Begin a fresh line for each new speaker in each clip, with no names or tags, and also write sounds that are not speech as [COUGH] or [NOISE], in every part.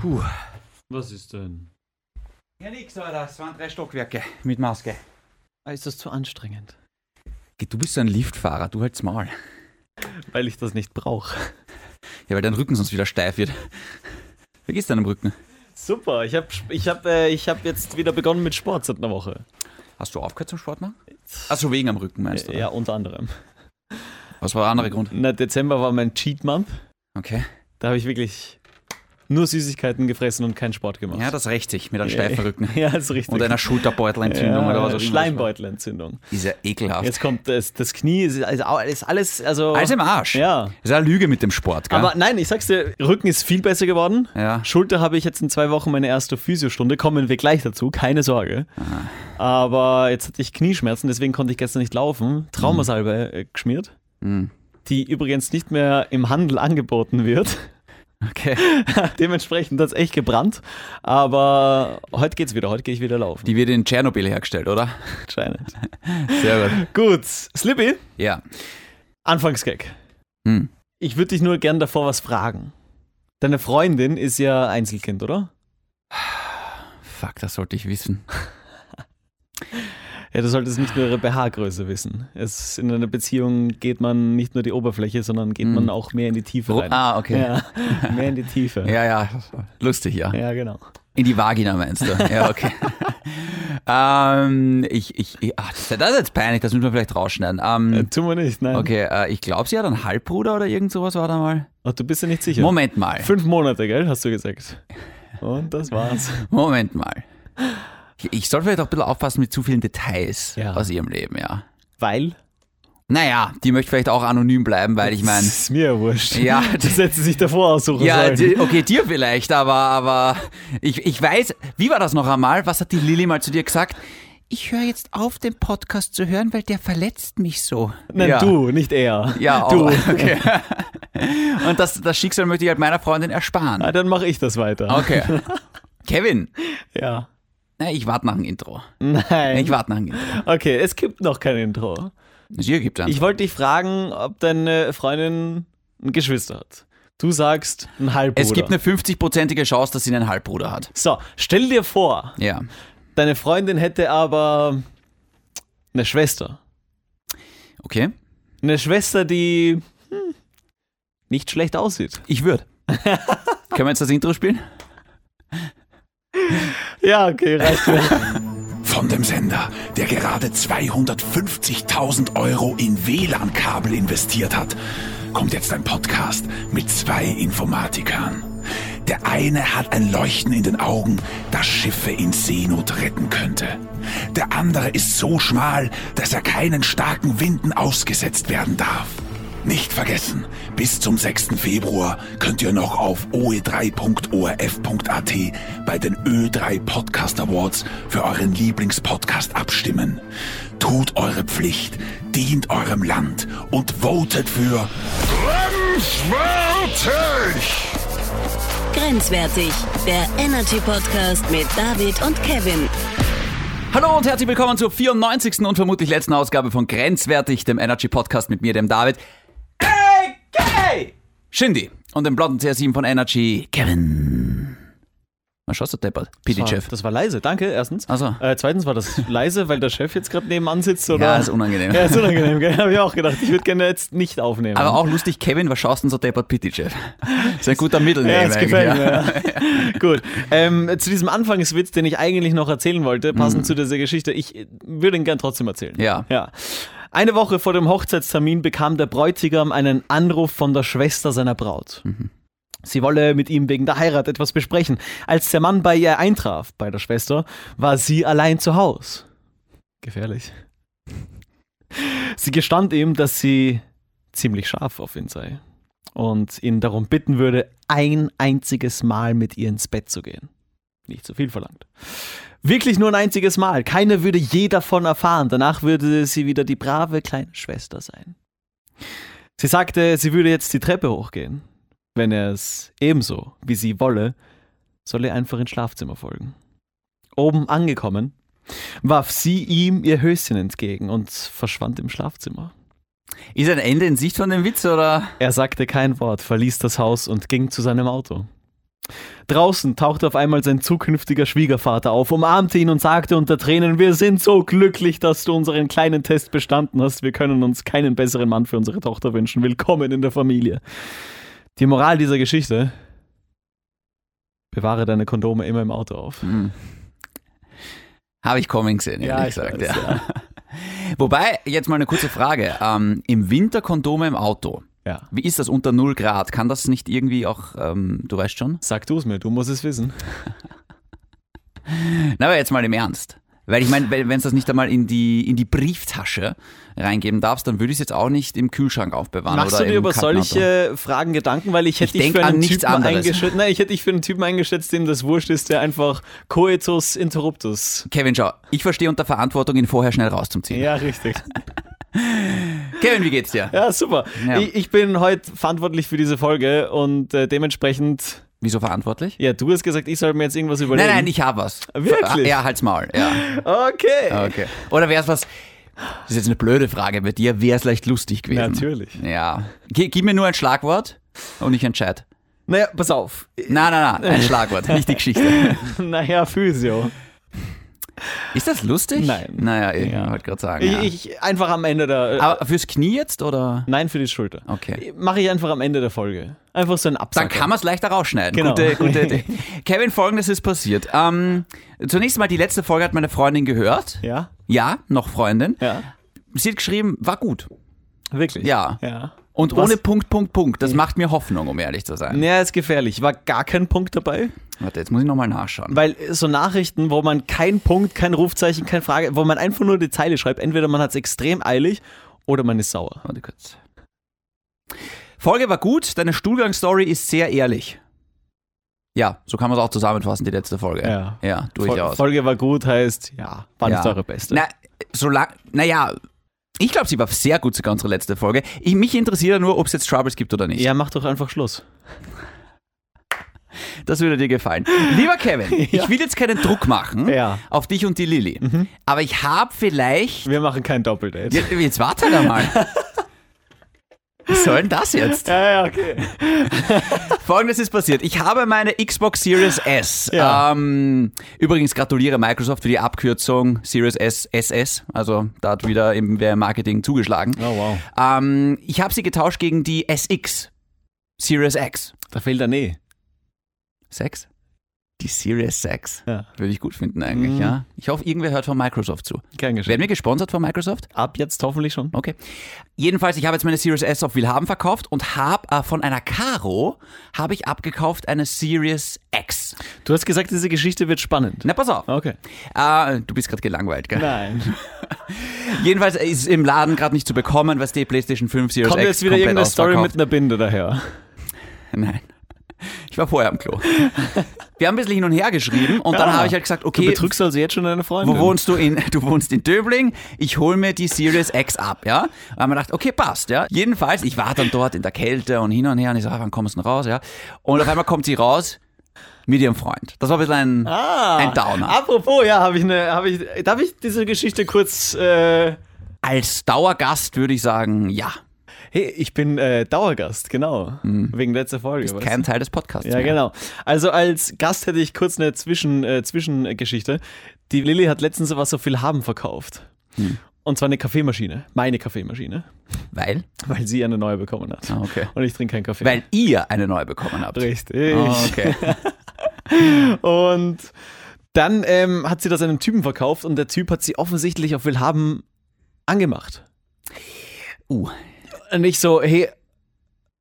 Puh.
Was ist denn?
Ja, nix, Alter. Es waren drei Stockwerke mit Maske.
Ah, Ist das zu anstrengend?
Du bist so ein Liftfahrer, du halt's Maul.
Weil ich das nicht brauche.
Ja, weil dein Rücken sonst wieder steif wird. Wie geht's deinem Rücken?
Super, ich habe ich hab, äh, ich hab jetzt wieder begonnen mit Sport seit einer Woche.
Hast du aufgehört zum Sport machen? Achso, wegen am Rücken meinst du?
Äh, Ja, unter anderem.
Was war der andere Grund?
Na, Dezember war mein Cheat Month.
Okay.
Da habe ich wirklich nur Süßigkeiten gefressen und keinen Sport gemacht.
Ja, das rächt sich mit einem steifen Rücken.
[LAUGHS] Ja, ist richtig.
Und einer Schulterbeutelentzündung
ja,
oder was auch immer.
Schleimbeutelentzündung.
Ist ja ekelhaft.
Jetzt kommt das, das Knie, ist, ist au- ist alles, also.
Alles im Arsch.
ja.
Ist ja eine Lüge mit dem Sport, gell?
Aber nein, ich sag's dir, Rücken ist viel besser geworden.
Ja.
Schulter habe ich jetzt in zwei Wochen meine erste Physiostunde. Kommen wir gleich dazu, keine Sorge. Aber jetzt hatte ich Knieschmerzen, deswegen konnte ich gestern nicht laufen. Traumasalbe äh, geschmiert,
Mhm.
die übrigens nicht mehr im Handel angeboten wird.
Okay.
Dementsprechend hat's echt gebrannt. Aber heute geht's wieder, heute gehe ich wieder laufen.
Die wird in Tschernobyl hergestellt, oder?
Anscheinend.
Sehr gut.
Gut, Slippy,
Ja.
Anfangsgag.
Hm.
Ich würde dich nur gern davor was fragen. Deine Freundin ist ja Einzelkind, oder?
Fuck, das sollte ich wissen.
Ja, du solltest nicht nur ihre BH-Größe wissen. Es, in einer Beziehung geht man nicht nur die Oberfläche, sondern geht man auch mehr in die Tiefe
Wo-
rein.
Hm. Ah, okay.
Ja, [LAUGHS] mehr in die Tiefe.
Ja, ja, lustig, ja.
Ja, genau.
In die Vagina meinst du? Ja,
[LAUGHS]
okay. ähm, ich, ich, ich, ach, das ist das ist jetzt peinlich, das müssen wir vielleicht rausschneiden.
Äh,
Ähm,
tun wir nicht, nein.
okay, äh, ich glaube, sie hat einen Halbbruder oder irgend sowas war da mal.
Ach, du bist ja nicht sicher.
Moment mal,
Fünf Monate, gell, hast du
[LAUGHS]
gesagt. Und das war's.
Moment mal. Ich, ich sollte vielleicht auch ein bisschen aufpassen mit zu vielen Details
Ja.
aus ihrem Leben, ja.
Weil?
Naja, die möchte vielleicht auch anonym bleiben, weil ich
[LAUGHS]
meine,
Das ist mir ja wurscht.
Ja,
[LAUGHS] das hätte sie sich davor aussuchen
Ja,
sollen.
di- okay, dir vielleicht, aber, aber ich, ich weiß, wie war das noch einmal? Was hat die Lilly mal zu dir gesagt? Ich höre jetzt auf, den Podcast zu hören, weil der verletzt mich so.
Nein,
ja.
du, nicht er.
Ja, oh.
du.
du. Okay. [LAUGHS] Und das, das Schicksal möchte ich halt meiner Freundin
Ah,
ersparen.
dann mache ich das weiter.
Okay. Kevin,
Ja.
na, ich warte nach dem Intro.
Nein.
Ich warte nach dem Intro.
okay, es gibt noch kein Intro.
Hier gibt es
Ich wollte dich fragen, ob deine Freundin ein Geschwister hat. Du sagst ein Halbbruder.
Es gibt eine 50-prozentige Chance, dass sie einen Halbbruder hat.
so, stell dir vor,
Ja.
deine Freundin hätte aber eine Schwester.
Okay.
Eine Schwester, die hm, nicht schlecht aussieht.
Ich würde. [LAUGHS] Können wir jetzt das Intro spielen?
Ja, okay, reicht [LAUGHS] mir.
Von dem Sender, der gerade 250.000 Euro in WLAN-Kabel investiert hat, kommt jetzt ein Podcast mit zwei Informatikern. Der eine hat ein Leuchten in den Augen, das Schiffe in Seenot retten könnte. Der andere ist so schmal, dass er keinen starken Winden ausgesetzt werden darf. Nicht vergessen, bis zum 6. Februar könnt ihr noch auf oe3.orf.at bei den Ö3 Podcast Awards für euren Lieblingspodcast abstimmen. Tut eure Pflicht, dient eurem Land und votet für Grenzwertig!
Grenzwertig, der Energy Podcast mit David und Kevin.
Hallo und herzlich willkommen zur 94. und vermutlich letzten Ausgabe von Grenzwertig, dem Energy Podcast mit mir, dem David. A.K. Shindy und dem blonden CR7 von Energy, Kevin. Na, schaust du deppert? PD
Das war-
Chef.
Das war leise, danke, erstens.
Ach so.
Äh, zweitens war das leise, weil der Chef jetzt gerade nebenan sitzt. Oder?
Ja, ist unangenehm.
Ja, ist unangenehm, gell? Habe ich auch gedacht. Ich würde gerne jetzt nicht aufnehmen.
Aber auch lustig, Kevin, was schaust du denn so deppert, PD Chef? Ist ein guter Mittelname.
Ja, das
eigentlich,
gefällt
ja.
mir. ja. [LAUGHS] Gut. Ähm, zu diesem Anfangswitz, den ich eigentlich noch erzählen wollte, passend zu dieser Geschichte, ich äh, würde ihn gern trotzdem erzählen.
Ja.
ja. Eine Woche vor dem Hochzeitstermin bekam der Bräutigam einen Anruf von der Schwester seiner Braut. Sie wolle mit ihm wegen der Heirat etwas besprechen. Als der Mann bei ihr eintraf, bei der Schwester, war sie allein zu Haus. Gefährlich. Sie gestand ihm, dass sie ziemlich scharf auf ihn sei und ihn darum bitten würde, ein einziges Mal mit ihr ins Bett zu gehen. Nicht so viel verlangt. Wirklich nur ein einziges Mal. Keiner würde je davon erfahren. Danach würde sie wieder die brave kleine Schwester sein. Sie sagte, sie würde jetzt die Treppe hochgehen. Wenn er es ebenso wie sie wolle, solle er einfach ins Schlafzimmer folgen. Oben angekommen, warf sie ihm ihr Höschen entgegen und verschwand im Schlafzimmer.
Ist ein Ende in Sicht von dem Witz, oder?
Er sagte kein Wort, verließ das Haus und ging zu seinem Auto. Draußen tauchte auf einmal sein zukünftiger Schwiegervater auf, umarmte ihn und sagte unter Tränen, wir sind so glücklich, dass du unseren kleinen Test bestanden hast. Wir können uns keinen besseren Mann für unsere Tochter wünschen. Willkommen in der Familie. Die Moral dieser Geschichte, bewahre deine Kondome immer im Auto auf.
Habe ich kommen gesehen, ehrlich
Ja, ich
gesagt.
weiß,
ja. [LAUGHS] Wobei, jetzt mal eine kurze Frage. Ähm, Im Winter Kondome im Auto.
Ja.
Wie ist das unter 0 Grad? Kann das nicht irgendwie auch, ähm, du weißt schon?
Sag du es mir, du musst es wissen.
Na, aber jetzt mal im Ernst. Weil ich meine, wenn es das nicht einmal in die, in die Brieftasche reingeben darfst, dann würde ich es jetzt auch nicht im Kühlschrank aufbewahren.
Machst
oder
du dir
im
über
kalten Auto.
solche Fragen Gedanken, weil ich hätte dich
denk
für
an
einen
nichts
Typen
anderes.
eingeschätzt. Nein, ich hätte dich für einen Typen eingeschätzt, dem das wurscht ist, der einfach Coitus interruptus.
Kevin, schau, ich verstehe unter Verantwortung, ihn vorher schnell rauszuziehen.
Ja, richtig.
Kevin, wie geht's dir?
Ja, super.
[LAUGHS] Ja.
Ich, ich bin heute verantwortlich für diese Folge und äh, dementsprechend,
Wieso verantwortlich?
ja, du hast gesagt, ich soll mir jetzt irgendwas überlegen.
Nein, nein, ich habe was.
Wirklich?
Ja, halt's Maul.
[LAUGHS]
Ja.
Okay.
Okay. Oder wär's was. Das ist jetzt eine blöde Frage bei dir. Wär's leicht lustig gewesen?
Natürlich.
Ja. Ge gib mir nur ein Schlagwort und ich entscheide.
Naja, pass auf. [LAUGHS]
Nein, nein, nein, ein Schlagwort, nicht die Geschichte.
Naja, Physio.
Ist das lustig?
Nein.
Naja, ich wollte gerade sagen. ja.
Ich, ich einfach am Ende der.
Aber fürs Knie jetzt oder?
nein, für die Schulter.
Okay.
Mache ich einfach am Ende der Folge. Einfach so ein
Dann
Absacker.
kann man es leichter rausschneiden.
Genau.
Gute,
[LAUGHS]
gute Idee. Kevin, folgendes ist passiert. Ähm, zunächst mal, die letzte Folge hat meine Freundin gehört.
Ja?
Ja, noch Freundin.
Ja.
Sie hat geschrieben, war gut.
Wirklich?
Ja.
Ja.
Und
Was?
ohne Punkt, Punkt, Punkt. Das macht mir Hoffnung, um ehrlich zu sein.
Ja, ist gefährlich. War gar kein Punkt dabei,
Warte, jetzt muss ich nochmal nachschauen.
weil so Nachrichten, wo man kein Punkt, kein Rufzeichen, keine Frage, wo man einfach nur die Zeile schreibt, entweder man hat es extrem eilig oder man ist sauer.
Warte kurz. Folge war gut, deine Stuhlgangsstory ist sehr ehrlich. Ja, so kann man es auch zusammenfassen, die letzte Folge.
Ja.
ja
Fol-
durchaus.
Folge war gut, heißt, ja, war
ja.
nicht eure beste.
Na, solang, naja, ich glaube, sie war sehr gut sogar unsere letzte Folge. Ich, mich interessiert ja nur, ob es jetzt Troubles gibt oder nicht.
ja, mach doch einfach Schluss.
Das würde dir gefallen. Lieber Kevin,
[LAUGHS]
ich will jetzt keinen Druck machen
Ja. Mhm.
auf dich und die Lilly. Aber ich habe vielleicht.
Wir machen kein Doppeldate.
Jetzt, jetzt warte da mal. Was soll denn das
[LAUGHS]
jetzt?
[LAUGHS] Ja, ja, okay.
Folgendes ist passiert. Ich habe meine Xbox Series S.
Ja.
Ähm, übrigens gratuliere Microsoft für die Abkürzung Series S SS. Also da hat wieder eben wer im Marketing zugeschlagen.
Oh, wow.
Ähm, ich habe sie getauscht gegen die SX. Series X.
Da fehlt ein E.
Sex? Die Series 6.
Ja.
Würde ich gut finden eigentlich, ja. Ich hoffe, irgendwer hört von Microsoft zu.
Kein Geschenk.
Werden wir gesponsert von Microsoft?
Ab jetzt hoffentlich schon.
Okay. Jedenfalls, ich habe jetzt meine Series S auf Willhaben verkauft und habe äh, von einer Caro, habe ich abgekauft eine Series X.
Du hast gesagt, diese Geschichte wird spannend.
Na, pass auf.
Okay.
Äh, du bist gerade gelangweilt, gell?
Nein.
Jedenfalls ist im Laden gerade nicht zu bekommen, was die PlayStation 5 Series
Kommt
X
jetzt wieder
komplett
irgendeine Story
ausverkauft.
mit einer Binde daher.
[LAUGHS] Nein. Ich war vorher am
[LAUGHS]
Klo. Wir haben ein bisschen hin und her geschrieben und dann
Ah.
habe ich halt gesagt,
Du
okay,
betrügst also jetzt schon deine Freundin.
wo wohnst du in? [LAUGHS] Du wohnst in Döbling, ich hole mir die Series X ab, ja? Und dann haben wir gedacht, okay, passt, ja? Jedenfalls, ich war dann dort in der Kälte und hin und her und ich so, ah, wann kommst du denn raus, ja? Und auf einmal kommt sie raus mit ihrem Freund. Das war ein bisschen ein,
Ah.
ein Downer.
Apropos, ja, habe ich eine, habe ich, darf ich diese Geschichte kurz? Äh,
Als Dauergast würde ich sagen, ja,
hey, ich bin äh, Dauergast, genau, wegen letzter Folge. weißt
Mhm. kein Teil des Podcasts
ja,
mehr.
genau. Also als Gast hätte ich kurz eine Zwischen, äh, Zwischengeschichte. Die Lilly hat letztens was so viel haben verkauft.
Hm.
Und zwar eine Kaffeemaschine, meine Kaffeemaschine,
Weil?
weil sie eine neue bekommen hat.
Ah,
[LAUGHS]
okay.
Und ich trinke keinen Kaffee.
Weil ihr eine neue bekommen habt.
Richtig.
Oh, okay.
Und dann ähm, hat sie das einem Typen verkauft und der Typ hat sie offensichtlich auf Willhaben angemacht.
Uh.
Und ich so, hey,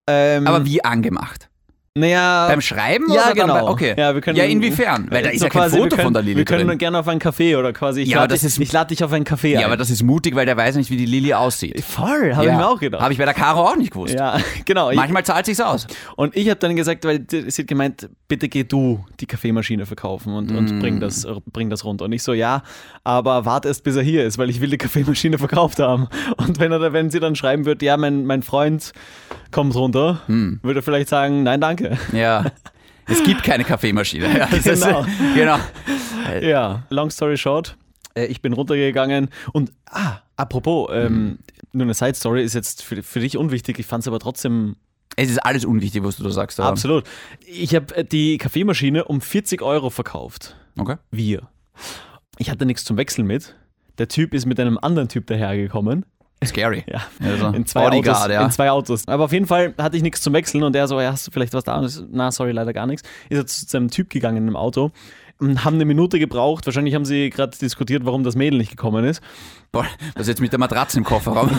ähm,
Aber wie
[LAUGHS]
angemacht?
naja,
Beim Schreiben?
ja,
oder
genau.
Dann bei, okay.
Ja, wir können,
ja, inwiefern? Weil da ist
so
ja kein
quasi, wir
Foto
können,
von der Lilly
Wir können
drin.
gerne auf einen Kaffee oder quasi, ich
Ja, aber
lade
das ist-
dich, ich lade dich auf einen Kaffee
Ja,
ein.
aber das ist mutig, weil der weiß nicht, wie die Lilly aussieht.
Voll, habe
ja.
ich mir auch gedacht.
Habe ich bei der Caro auch nicht gewusst.
ja, [LAUGHS] genau. Ich,
Manchmal zahlt sich's aus.
und ich habe dann gesagt, weil die- sie hat gemeint, bitte geh du die Kaffeemaschine verkaufen und, und bring, das, bring das runter. Und ich so, ja, aber warte erst, bis er hier ist, weil ich will die Kaffeemaschine [LAUGHS] verkauft haben. Und wenn, er, wenn sie dann schreiben wird, ja, mein, mein Freund kommt runter, würde er vielleicht sagen, nein, danke. [LAUGHS]
Ja. Es gibt keine Kaffeemaschine. Ja, das
Genau.
Ist, genau.
Ja, long story short, äh, ich bin runtergegangen und, ah, apropos, ähm, nur eine Side-Story ist jetzt für, für dich unwichtig, ich fand es aber trotzdem
Es ist alles unwichtig, was du da sagst. aber-
Absolut. Ich habe die Kaffeemaschine um 40 Euro verkauft.
Okay.
Wir. Ich hatte nichts zum Wechseln mit. Der Typ ist mit einem anderen Typ dahergekommen.
Scary.
Ja.
Also,
In zwei,
Bodyguard,
Autos,
ja.
in zwei Autos. Aber auf jeden Fall hatte ich nichts zum Wechseln und er so, ja, hast du vielleicht was da? Und ich so, Na, sorry, leider gar nichts. Ist er zu seinem Typ gegangen in dem Auto und haben eine Minute gebraucht. Wahrscheinlich haben sie gerade diskutiert, warum das Mädel nicht gekommen ist.
Boah, was ist jetzt mit der Matratze im
[LAUGHS]
Kofferraum?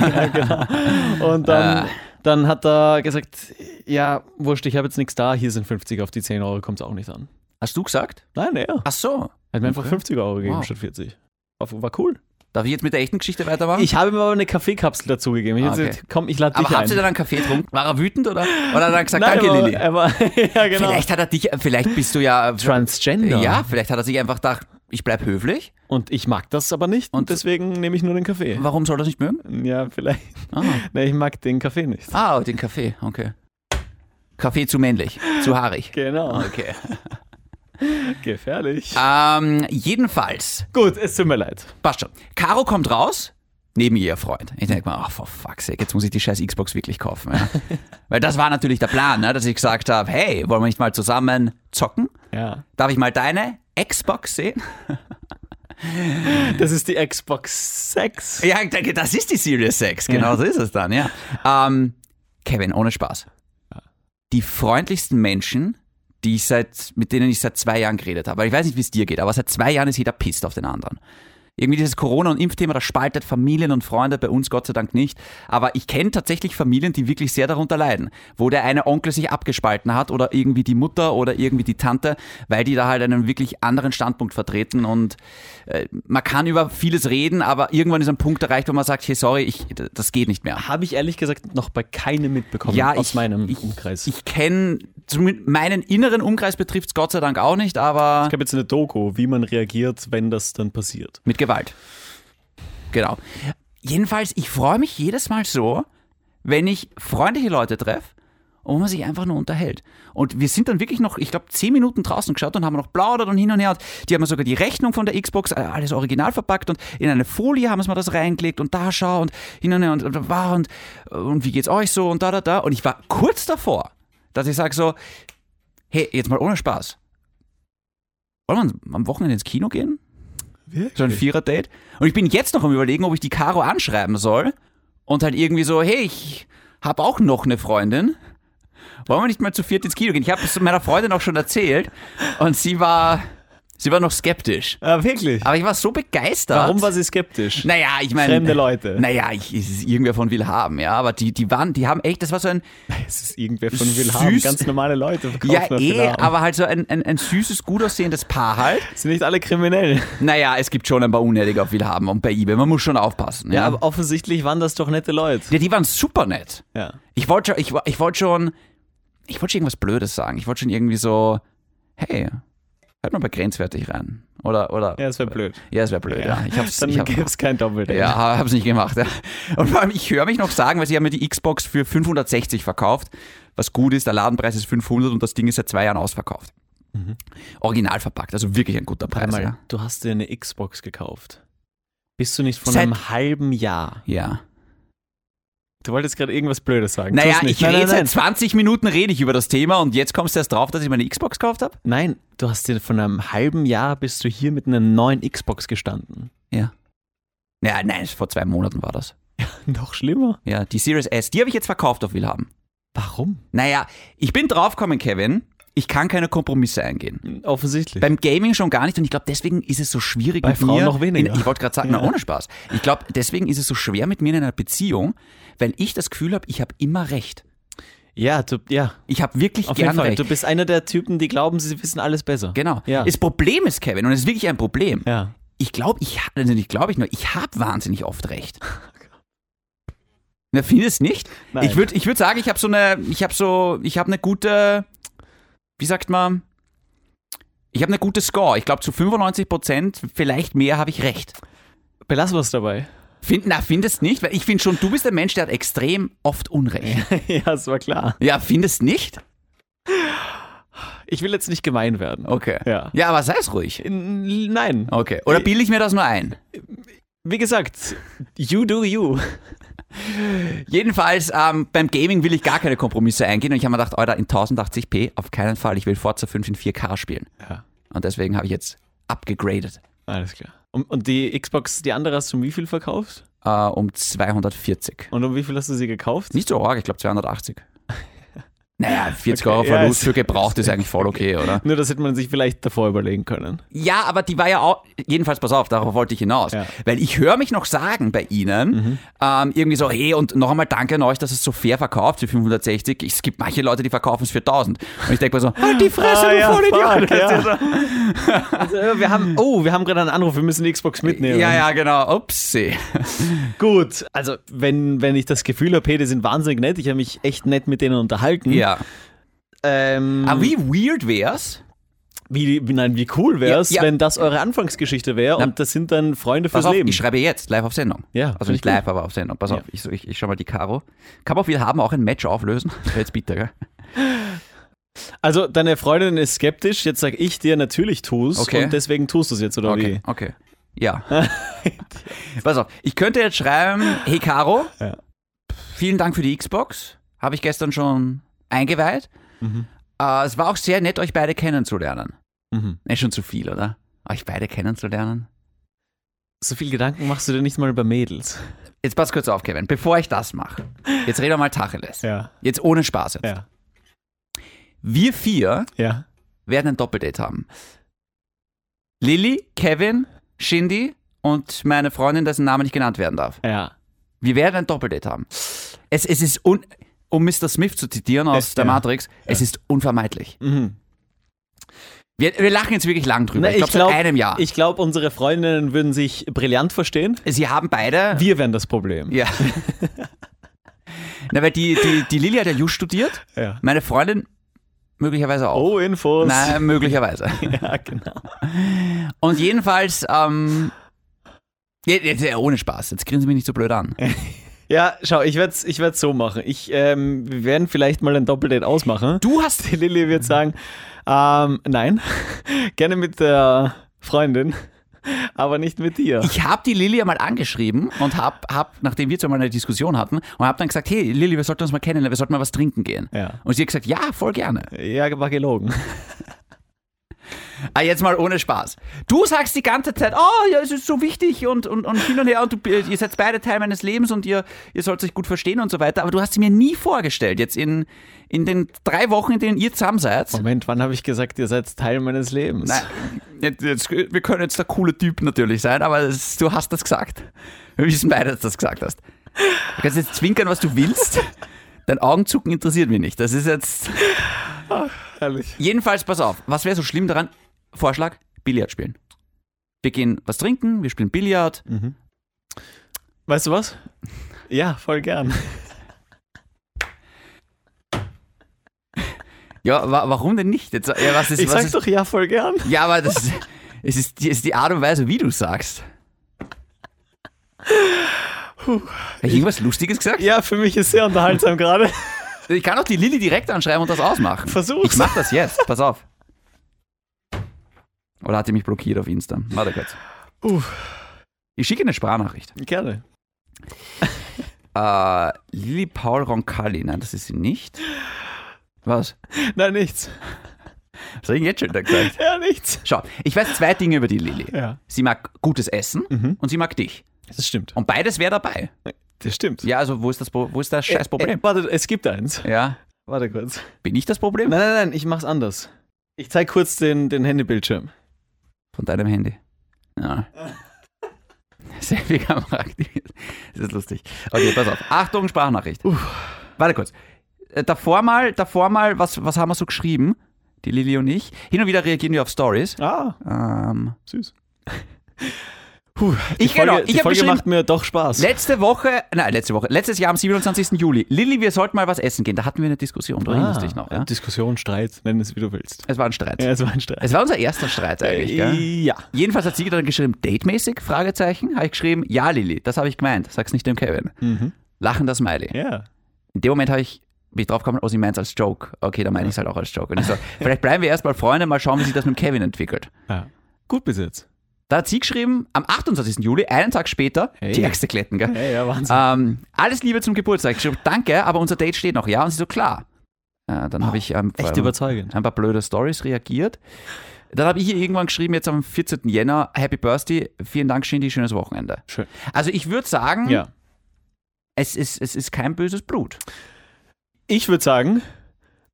Und
Ah.
dann, dann hat er gesagt, ja, wurscht, ich habe jetzt nichts da, hier sind 50 auf die 10 Euro, kommt es auch nicht an.
Hast du gesagt?
Nein, er
Ach so.
hat mir einfach 50 Euro gegeben
Wow.
statt 40. War, war cool.
Darf ich jetzt mit der echten Geschichte weitermachen?
Ich habe ihm aber eine Kaffeekapsel dazugegeben. Ich habe
Ah, okay.
gesagt, komm, ich lade dich
aber habt ihr
ein.
dann einen Kaffee getrunken? War er wütend oder? Oder hat er gesagt,
Nein,
danke
aber,
Lilly?
Aber, [LAUGHS] ja, genau.
Vielleicht hat er dich, äh, vielleicht bist du ja.
Transgender.
Ja, vielleicht hat er sich einfach gedacht, ich bleib höflich.
Und ich mag das aber nicht und,
Und-
deswegen nehme ich nur den Kaffee.
Warum soll er das nicht mögen?
Ja, vielleicht. [LAUGHS]
Ah.
Ne, ich mag den Kaffee nicht.
Ah, den Kaffee, okay. Kaffee zu männlich, zu haarig.
Genau.
Okay.
Gefährlich.
Ähm, jedenfalls,
Gut, es tut mir leid.
passt schon. Caro kommt raus, neben ihr Freund. Ich denke mir, ach, for fuck's sake, jetzt muss ich die scheiß Xbox wirklich kaufen. Ja. Weil das war natürlich der Plan, ne, dass ich gesagt habe, hey, wollen wir nicht mal zusammen zocken?
Ja.
Darf ich mal deine Xbox sehen?
Das ist die Xbox 6.
Ja, ich denke, das ist die Series 6. Genau so ist es dann, ja. Ähm, Kevin, ohne Spaß. Die freundlichsten Menschen, die ich seit, mit denen ich seit zwei Jahren geredet habe. Weil ich weiß nicht, wie es dir geht, aber seit zwei Jahren ist jeder pisst auf den anderen. Irgendwie dieses Corona- und Impfthema, das spaltet Familien und Freunde, bei uns Gott sei Dank nicht. Aber ich kenne tatsächlich Familien, die wirklich sehr darunter leiden, wo der eine Onkel sich abgespalten hat oder irgendwie die Mutter oder irgendwie die Tante, weil die da halt einen wirklich anderen Standpunkt vertreten und äh, man kann über vieles reden, aber irgendwann ist ein Punkt erreicht, wo man sagt, hey, sorry, ich, das geht nicht mehr.
Habe ich ehrlich gesagt noch bei keinem mitbekommen
Ja,
aus
ich-
meinem
ich-
Umkreis.
Ich kenne, zumindest meinen inneren Umkreis betrifft es Gott sei Dank auch nicht, aber
Ich habe jetzt eine Doku, wie man reagiert, wenn das dann passiert.
mit Gewalt. Genau. Jedenfalls, ich freue mich jedes Mal so, wenn ich freundliche Leute treffe und wo man sich einfach nur unterhält. Und wir sind dann wirklich noch, ich glaube, zehn Minuten draußen geschaut und haben noch plaudert und hin und her. Und die haben mir sogar die Rechnung von der Xbox, äh, alles original verpackt und in eine Folie haben sie mir das reingelegt und da schau und hin und her und, und, wow, und, und wie geht's euch so und da, da, da. Und ich war kurz davor, dass ich sage so, hey, jetzt mal ohne Spaß. Wollen wir am Wochenende ins Kino gehen? So ein Vierer-Date. Und ich bin jetzt noch am überlegen, ob ich die Caro anschreiben soll und halt irgendwie so, hey, ich habe auch noch eine Freundin. Wollen wir nicht mal zu viert ins Kino gehen? Ich habe es meiner Freundin auch schon erzählt und sie war, sie war noch skeptisch.
Ah, wirklich?
Aber ich war so begeistert.
Warum war sie skeptisch?
Naja, ich meine.
Fremde Leute.
Naja, ich, es ist irgendwer von will haben, ja. Aber die, die waren, die haben echt, das war so ein,
Es ist irgendwer von Wilhelm.
Süß.
Ganz normale Leute verkaufen
ja
das
eh,
Wilhelm.
aber halt so ein, ein, ein süßes, gut aussehendes Paar halt.
Sind nicht alle kriminell.
Naja, es gibt schon ein paar Unnötige auf will haben und bei eBay. Man muss schon aufpassen. Ja,
Ja, [LAUGHS] aber offensichtlich waren das doch nette Leute.
ja die waren super nett.
Ja.
Ich wollte schon, ich, wa- ich wollte schon, ich wollte schon irgendwas Blödes sagen. Ich wollte schon irgendwie so, hey, hört mal bei grenzwertig rein. Oder, oder.
Ja, das wäre blöd.
Ja, es wäre blöd, ja. Ich hab's,
Dann
ich hab,
gäbe es kein
[LAUGHS]
Doppeldate.
ja, ha- hab's nicht gemacht. Ja. Und vor allem, ich höre mich noch sagen, weil sie haben mir die Xbox für 560 verkauft, was gut ist, der Ladenpreis ist 500 und das Ding ist seit zwei Jahren ausverkauft.
Mhm.
Original verpackt, also wirklich ein guter Preis.
Einmal,
Ja.
du hast dir eine Xbox gekauft. Bist du nicht von
Seit-
einem halben Jahr?
ja.
Du wolltest gerade irgendwas Blödes sagen.
Naja,
Tu's nicht.
ich rede seit 20 Minuten rede ich über das Thema und jetzt kommst du erst drauf, dass ich meine Xbox gekauft habe?
Nein, du hast dir von einem halben Jahr bist du hier mit einer neuen Xbox gestanden. [LAUGHS]
Ja. Ja, nein, vor zwei Monaten war das.
Noch schlimmer.
Ja, die Series S, die habe ich jetzt verkauft auf Willhaben.
Warum?
Naja, ich bin draufgekommen, Kevin. Ich kann keine Kompromisse eingehen.
Offensichtlich.
Beim Gaming schon gar nicht und ich glaube, deswegen ist es so schwierig
Bei
mit
Frauen
mir.
noch weniger.
In, ich wollte gerade sagen, na,
Ja.
ohne Spaß. Ich glaube, deswegen ist es so schwer mit mir in einer Beziehung, weil ich das Gefühl habe, ich habe immer recht.
ja, du, ja.
Ich habe wirklich
Auf jeden
gern
Fall.
recht.
Du bist einer der Typen, die glauben, sie wissen alles besser.
genau.
Ja.
Das Problem ist, Kevin, und es ist wirklich ein Problem.
ja.
Ich glaube, ich ha- also nicht glaube ich nur, ich habe wahnsinnig oft recht. Na, findest nicht?
Nein.
Ich würde ich würd sagen, ich habe so eine ich habe so ich habe eine gute wie sagt man? Ich habe eine gute Score. Ich glaube zu 95 Prozent, vielleicht mehr habe ich recht.
Belassen wir es dabei.
Find, na, findest nicht, weil ich finde schon, du bist ein Mensch, der hat extrem oft
[LAUGHS]
Unrecht.
[LAUGHS] ja, es war klar.
Ja, findest nicht?
Ich will jetzt nicht gemein werden.
Okay.
Ja. Äh,
Ja, aber sei es ruhig.
N- Nein. Oh,
Okay. Oder bilde ich mir das nur ein?
Wie gesagt, you do you.
Jedenfalls, ähm, beim Gaming will ich gar keine Kompromisse eingehen und ich habe mir gedacht, Alter, in 1080p auf keinen Fall, ich will Forza 5 in 4K spielen.
Ja.
Und deswegen habe ich jetzt abgegradet
Alles klar. Und, und die Xbox, die andere hast du um wie viel verkauft?
äh, um 240.
Und um wie viel hast du sie gekauft?
Nicht so arg, ich glaube
[LAUGHS]
280. Naja, 40
Okay,
Euro
ja,
Verlust
ist-
für gebraucht
[LAUGHS]
ist eigentlich voll okay, oder?
Nur das hätte man sich vielleicht davor überlegen können.
Ja, aber die war ja auch, jedenfalls, pass auf, darauf wollte ich hinaus.
Ja. Mhm.
Weil ich höre mich noch sagen bei Ihnen, ähm, irgendwie so, hey, und noch einmal danke an euch, dass es so fair verkauft für 560. Es gibt manche Leute, die verkaufen es für 1000. Und ich denke mir so, halt die Fresse,
[LAUGHS] Ah,
du
ja,
Vollidiot.
fuck, ja. Also, äh, wir haben, oh, wir haben gerade einen Anruf, wir müssen die Xbox mitnehmen.
Ja, ja, genau. Upsi.
Gut, also wenn, wenn ich das Gefühl habe, hey, die sind wahnsinnig nett, ich habe mich echt nett mit denen unterhalten.
Ja.
Ähm,
Aber wie weird wär's?
wie, wie, nein, wie cool wäre es,
Ja, ja.
wenn das eure Anfangsgeschichte wäre
Na.
und das sind dann Freunde
Pass
fürs
auf,
Leben.
ich schreibe jetzt live auf Sendung.
Ja,
Also
finde
nicht
ich gut.
live, aber auf Sendung. Pass
Ja.
auf, ich, so- ich, ich schau mal die Karo. Kann man auch, wir haben auch ein Match auflösen. Wäre Jetzt bitte, gell?
also deine Freundin ist skeptisch, jetzt sag ich dir, natürlich tust
Okay.
und deswegen tust du es jetzt, oder
Okay, okay.
[LAUGHS]
Ja. Pass auf, ich könnte jetzt schreiben, hey Caro,
Ja.
vielen Dank für die Xbox. Habe ich gestern schon eingeweiht.
Mhm.
Äh, es war auch sehr nett, euch beide kennenzulernen.
wie? Mhm.
Ist schon zu viel, oder? Euch beide kennenzulernen.
So viel Gedanken machst du dir nicht mal über Mädels.
Jetzt pass kurz auf, Kevin. Bevor ich das mache, jetzt reden wir mal Tacheles.
Ja,
Jetzt ohne Spaß jetzt.
ja,
Wir vier
ja.
werden ein Doppeldate haben. Lilly, Kevin, Shindy und meine Freundin, dessen Name nicht genannt werden darf.
Ja.
Wir werden ein Doppeldate haben. Es, es ist, un, um Mr. Smith zu zitieren aus
Es-
der
ja.
Matrix, es ist unvermeidlich.
Mhm.
Wir, wir lachen jetzt wirklich lang drüber.
Na,
ich glaube,
glaub-
seit einem Jahr.
Ich glaube, unsere Freundinnen würden sich brillant verstehen.
Sie haben beide.
Wir wären das Problem.
Ja. Na, weil die, die, die Lilly hat ja Just studiert.
Ja.
Meine Freundin möglicherweise auch.
Oh, Infos.
Nein, möglicherweise.
[LAUGHS] Ja, genau.
Und jedenfalls, ähm, jetzt, jetzt, ja, ohne Spaß, jetzt grinsen Sie mich nicht so blöd an.
Ja, schau, ich werde es ich werd's so machen. Ich, ähm, wir werden vielleicht mal ein Doppeldate ausmachen.
Du hast.
[LAUGHS] Die Lilly wird sagen, ähm, nein, [LAUGHS] gerne mit der Freundin, aber nicht mit dir. [LAUGHS]
Ich habe die Lilly einmal angeschrieben und hab, hab, nachdem wir zusammen eine Diskussion hatten, und hab dann gesagt, hey Lilly, wir sollten uns mal kennenlernen, wir sollten mal was trinken gehen.
Ja.
Und sie hat gesagt, ja, voll gerne.
Ja, war gelogen.
Ah, jetzt mal ohne Spaß. Du sagst die ganze Zeit, oh, ja, es ist so wichtig und, und, und hin und her und du, ihr seid beide Teil meines Lebens und ihr, ihr sollt euch gut verstehen und so weiter, aber du hast sie mir nie vorgestellt, jetzt in, in den drei Wochen, in denen ihr zusammen seid.
Moment, wann habe ich gesagt, ihr seid Teil meines Lebens?
Nein, jetzt, jetzt, wir können jetzt der coole Typ natürlich sein, aber es, du hast das gesagt. Wir wissen beide, dass du das gesagt hast. Du kannst jetzt zwinkern, was du willst. Dein Augenzucken interessiert mich nicht. Das ist jetzt.
Herrlich.
Jedenfalls, pass auf. Was wäre so schlimm daran? Vorschlag: Billard spielen. Wir gehen was trinken, wir spielen Billard.
Weißt du was? Ja, voll gern.
Ja, wa warum denn nicht? Jetzt, ja, was ist,
Ich
was
sag
ist,
doch ja, voll gern.
Ja, aber das ist, es ist, die, es ist die Art und Weise, wie du sagst. Habe ich irgendwas Lustiges gesagt?
Ja, für mich ist sehr unterhaltsam gerade.
Ich kann auch die Lilly direkt anschreiben und das ausmachen.
[LAUGHS] Versuch's.
Ich mach das jetzt. Pass auf. Oder hat die mich blockiert auf Insta? Warte kurz. Ich schicke eine Sprachnachricht.
Gerne.
Äh, Lilly Paul Roncalli. Nein, das ist sie nicht. Was?
Nein, nichts.
Was hab ich jetzt schon da gesagt?
Ja, nichts.
Schau, ich weiß zwei Dinge über die Lilly.
Ja.
Sie mag gutes Essen und sie mag dich.
Mhm. Das stimmt.
Und beides wäre dabei.
Das stimmt.
Ja, also wo ist das, Pro- wo ist das scheiß Problem?
Äh, warte, es gibt eins.
Ja.
Warte kurz.
Bin ich das Problem?
Nein, nein, nein, ich mach's anders. Ich zeig kurz den, den Handybildschirm.
Von deinem Handy.
[LAUGHS]
Ja. Selfie-Kamera aktiviert. Das ist lustig. Okay, pass auf. Achtung, Sprachnachricht. Warte kurz. Äh, Davor mal, davor mal, was, was haben wir so geschrieben? Die Lili und ich. Hin und wieder reagieren wir auf Stories.
Ah,
Ähm,
süß.
ich
Folge,
genau,
die
ich habe
Folge
geschrieben,
macht mir doch Spaß.
letzte Woche, nein, letzte Woche, letztes Jahr am 27. Juli. Lilly, wir sollten mal was essen gehen. Da hatten wir eine Diskussion, du erinnerst dich noch. Ja?
Ah, Diskussion, Streit, nenn es wie du willst.
Es war ein Streit.
Ja, es war ein Streit.
Es war unser erster Streit eigentlich, gell?
Äh, ja.
Jedenfalls hat sie dann geschrieben, datemäßig? Fragezeichen. Habe ich geschrieben, ja, Lilly, das habe ich gemeint. Sag's nicht dem Kevin. Lachender Smiley.
Mhm. Ja.
In dem Moment habe ich mich drauf gekommen, oh, sie meint's als Joke. Okay, dann meine ich es
[LAUGHS]
halt auch als Joke. Und ich so, vielleicht bleiben wir erstmal Freunde, mal schauen, wie sich das mit dem Kevin entwickelt.
ja. Gut bis jetzt.
Da hat sie geschrieben, am 28. Juli, einen Tag später, die Äxte kletten, gell?
Hey, ja, Wahnsinn.
Ähm, alles Liebe zum Geburtstag. Ich schrieb, danke, aber unser Date steht noch, ja? Und sie so, klar. Äh, dann habe ich ähm,
Ah, echt überzeugend.
ein paar blöde Stories reagiert. Dann habe ich ihr irgendwann geschrieben, jetzt am 14. Jänner, Happy Birthday, vielen Dank, Shindy, schönes Wochenende.
Schön.
Also ich würde sagen,
Ja.
es, ist, es ist kein böses Blut.
Ich würde sagen,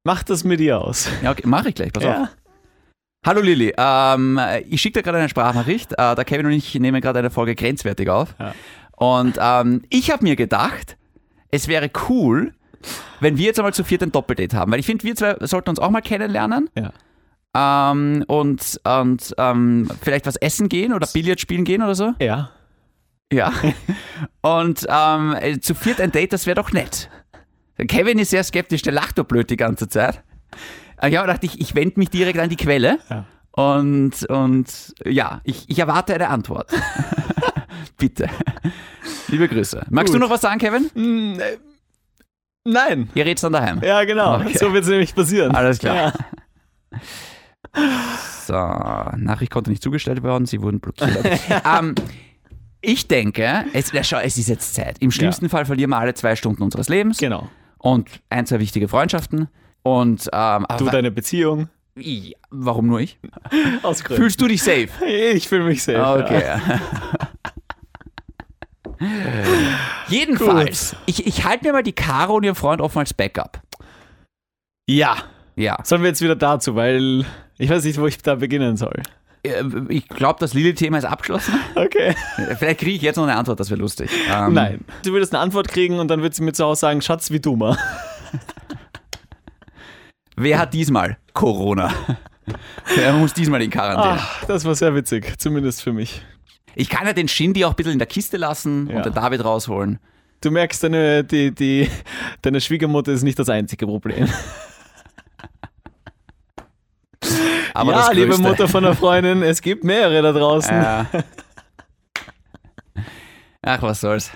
mach das mit ihr aus.
Ja, okay, mache ich gleich, pass auf.
Ja.
Hallo Lilly, ähm, ich schicke dir gerade eine Sprachnachricht. Äh, da Kevin und ich nehmen gerade eine Folge grenzwertig auf.
Ja.
Und ähm, ich habe mir gedacht, es wäre cool, wenn wir jetzt einmal zu viert ein Doppeldate haben. Weil ich finde, wir zwei sollten uns auch mal kennenlernen
Ja.
ähm, und, und ähm, vielleicht was essen gehen oder Billard spielen gehen oder so.
Ja.
Ja. Und ähm, äh, zu viert ein Date, das wäre doch nett. Der Kevin ist sehr skeptisch, der lacht doch blöd die ganze Zeit. Äh, Aber Ich habe gedacht, ich, ich wende mich direkt an die Quelle.
Ja.
Und, und ja, ich, ich erwarte eine Antwort. [LAUGHS] Bitte. Liebe Grüße. Magst
Gut.
du noch was sagen, Kevin?
Mm, äh, Nein.
Ihr red's dann daheim.
Ja, genau.
Okay.
So wird es nämlich passieren.
Alles klar.
Ja.
So, Nachricht konnte nicht zugestellt werden, sie wurden blockiert.
[LAUGHS]
ähm, ich denke, es, na, schau, es ist jetzt Zeit. Im schlimmsten Fall verlieren wir alle zwei Stunden unseres Lebens.
Genau.
und ein, zwei wichtige Freundschaften. Und ähm,
Du,
aber,
deine Beziehung.
Ja, warum nur ich?
Aus Gründen.
Fühlst du dich safe?
Ich fühle mich safe.
Ah,
Ja.
Okay. [LAUGHS] Jedenfalls, ich, ich halte mir mal die Caro und ihren Freund offen als Backup.
ja.
Ja.
Sollen wir jetzt wieder dazu, weil ich weiß nicht, wo ich da beginnen soll.
Äh, Ich glaube, das Lilly-Thema ist abgeschlossen. [LAUGHS]
Okay.
Vielleicht kriege ich jetzt noch eine Antwort, das wäre lustig. Ähm,
Nein. Du würdest eine Antwort kriegen und dann wird sie mir zu Hause sagen, Schatz, wie dummer.
Wer hat diesmal
[LAUGHS]
Corona? Wer muss diesmal in Quarantäne?
Ach, Ah, das war sehr witzig, zumindest für mich.
Ich kann ja den Shindy auch ein bisschen in der Kiste lassen
Ah. Ja.
und den David rausholen.
Du merkst, deine, die, die, deine Schwiegermutter ist nicht das einzige Problem.
Aber
ja,
das
liebe
Größte-
Mutter von einer Freundin, es gibt mehrere da draußen.
[LAUGHS] Ja. Ach, was soll's.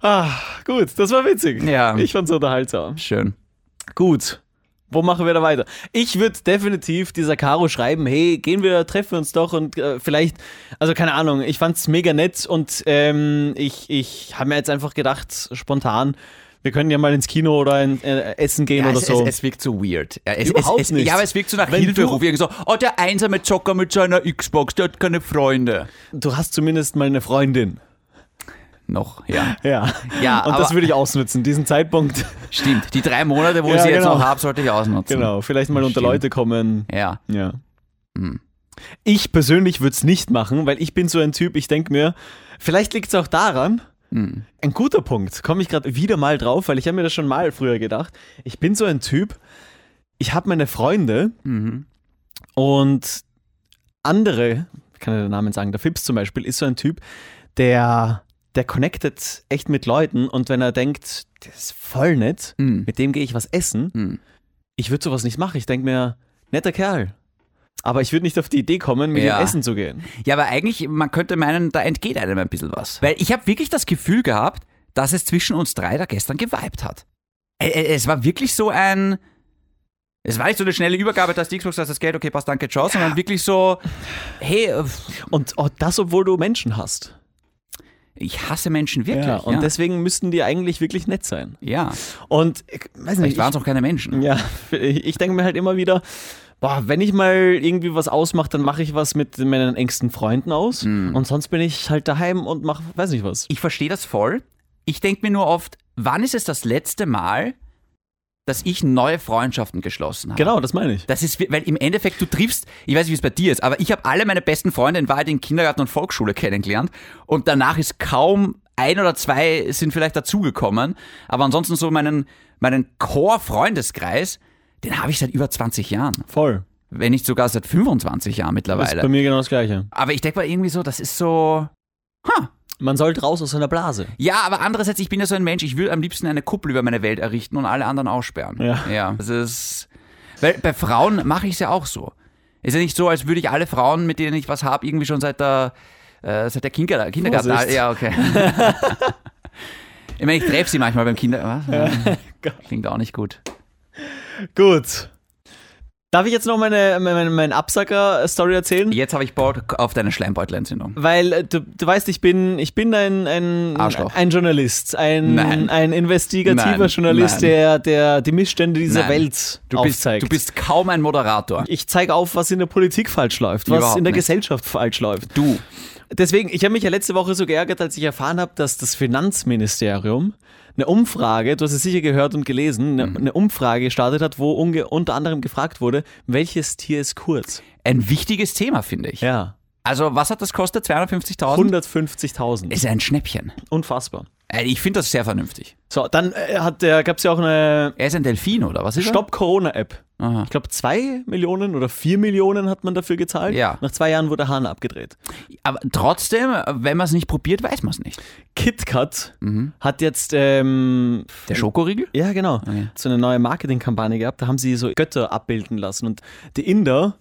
Ah, gut, das war witzig.
Ja.
Ich fand's unterhaltsam.
Schön.
Gut. Wo machen wir da weiter? Ich würde definitiv dieser Caro schreiben, hey, gehen wir, treffen wir uns doch und äh, vielleicht, also keine Ahnung, ich fand's mega nett und ähm, ich, ich habe mir jetzt einfach gedacht, spontan, wir können ja mal ins Kino oder in, äh, essen gehen
Ja,
oder
es,
so.
es, es wirkt so weird. Ja, es,
Überhaupt
es, es,
nicht.
ja, aber es wirkt so nach
Wenn
Hilferuf.
du-
Irgendwie so, oh, der einsame Zocker mit seiner Xbox, der hat keine Freunde.
du hast zumindest mal eine Freundin.
Noch, ja.
[LAUGHS] Ja.
Ja,
Und das
aber-
würde ich ausnutzen, diesen [LAUGHS] Zeitpunkt.
Stimmt. Die drei Monate, wo ich
Ja,
sie jetzt
genau.
noch habe, sollte ich ausnutzen.
Genau, vielleicht mal unter
Stimmt.
Leute kommen.
Ja.
Ja. Hm. Ich persönlich würde es nicht machen, weil ich bin so ein Typ, ich denke mir, vielleicht liegt es auch daran,
Mhm.
ein guter Punkt, komme ich gerade wieder mal drauf, weil ich habe mir das schon mal früher gedacht, ich bin so ein Typ, ich habe meine Freunde
Mhm.
und andere, ich kann ja den Namen sagen, der Fips zum Beispiel ist so ein Typ, der, der connectet echt mit Leuten und wenn er denkt, das ist voll nett,
Mhm.
mit dem gehe ich was essen,
Mhm.
ich würde sowas nicht machen. Ich denke mir, netter Kerl. Aber ich würde nicht auf die Idee kommen, mit
Ja.
ihm essen zu gehen.
Ja, aber eigentlich, man könnte meinen, da entgeht einem ein bisschen was. Weil ich habe wirklich das Gefühl gehabt, dass es zwischen uns drei da gestern geweibt hat. Ä- ä- Es war wirklich so ein. Es war nicht so eine schnelle Übergabe, dass die Xbox, dass das Geld, okay, passt, danke, ciao, sondern wirklich so, hey, äh,
Und oh, das, obwohl du Menschen hast.
ich hasse Menschen wirklich. Ja,
und deswegen müssten die eigentlich wirklich nett sein.
ja.
Und ich weiß
vielleicht
nicht,
waren es auch keine Menschen.
ich, ja, [LAUGHS] ich, ich denke mir halt immer wieder, boah, wenn ich mal irgendwie was ausmache, dann mache ich was mit meinen engsten Freunden aus.
Hm.
Und sonst bin ich halt daheim und mache, weiß nicht was.
Ich verstehe das voll. Ich denke mir nur oft, wann ist es das letzte Mal, dass ich neue Freundschaften geschlossen habe?
Genau, das meine ich.
Das ist, weil im Endeffekt, du triffst, ich weiß nicht, wie es bei dir ist, aber ich habe alle meine besten Freunde in Wahrheit in Kindergarten und Volksschule kennengelernt und danach ist kaum ein oder zwei sind vielleicht dazugekommen, aber ansonsten so meinen, meinen Core-Freundeskreis, den habe ich seit über 20 Jahren,
Voll.
wenn nicht sogar seit 25 Jahren
Das ist bei
mittlerweile.
mir genau das Gleiche.
Aber ich denke mal irgendwie so, das ist so,
Man sollte raus aus einer Blase.
Ja, aber andererseits, ich bin ja so ein Mensch, ich würde am liebsten eine Kuppel über meine Welt errichten und alle anderen aussperren.
Ja.
ja das ist. Weil bei Frauen mache ich es ja auch so. Ist ja nicht so, als würde ich alle Frauen, mit denen ich was habe, irgendwie schon seit der, äh, seit der Kinder Kindergarten. ah,
Vorsicht.
Ja, okay. ich meine, ich treffe sie [LAUGHS] manchmal beim Kinder. Was? Klingt auch nicht gut.
Gut. Darf ich jetzt noch meine, meine, meine Absacker-Story erzählen?
Jetzt habe ich Bock auf deine Schleimbeutelentzündung.
Weil äh, du, du weißt, ich bin, ich bin ein, ein,
Arschloch.
ein Journalist, ein,
Nein.
ein investigativer
Nein,
Journalist,
nein.
Der, der die Missstände dieser
Nein.
Welt
Du bist,
aufzeigt.
du bist kaum ein Moderator.
ich zeige auf, was in der Politik falsch läuft, was
Überhaupt
in der
nicht.
Gesellschaft falsch läuft.
Du.
Deswegen, ich habe mich ja letzte Woche so geärgert, als ich erfahren habe, dass das Finanzministerium eine Umfrage, du hast es sicher gehört und gelesen,
Mhm.
eine, eine Umfrage gestartet hat, wo unge unter anderem gefragt wurde, welches Tier ist kurz?
Ein wichtiges Thema, finde ich.
Ja.
Also, was hat das kostet? 250.000?
150.000.
Ist ein Schnäppchen.
Unfassbar.
Äh, Ich finde das sehr vernünftig.
So, dann äh, hat der, gab es ja auch eine
Er ist ein Delfin, oder was ist er?
Stopp-Corona-App.
Aha.
Ich glaube, zwei Millionen oder vier Millionen hat man dafür gezahlt.
Ja.
Nach zwei Jahren wurde der Hahn abgedreht.
Aber trotzdem, wenn man es nicht probiert, weiß man es nicht.
KitKat
Mhm.
hat jetzt, ähm,
Der Schokoriegel?
ja genau, so eine neue Marketingkampagne gehabt. Da haben sie so Götter abbilden lassen. Und die Inder,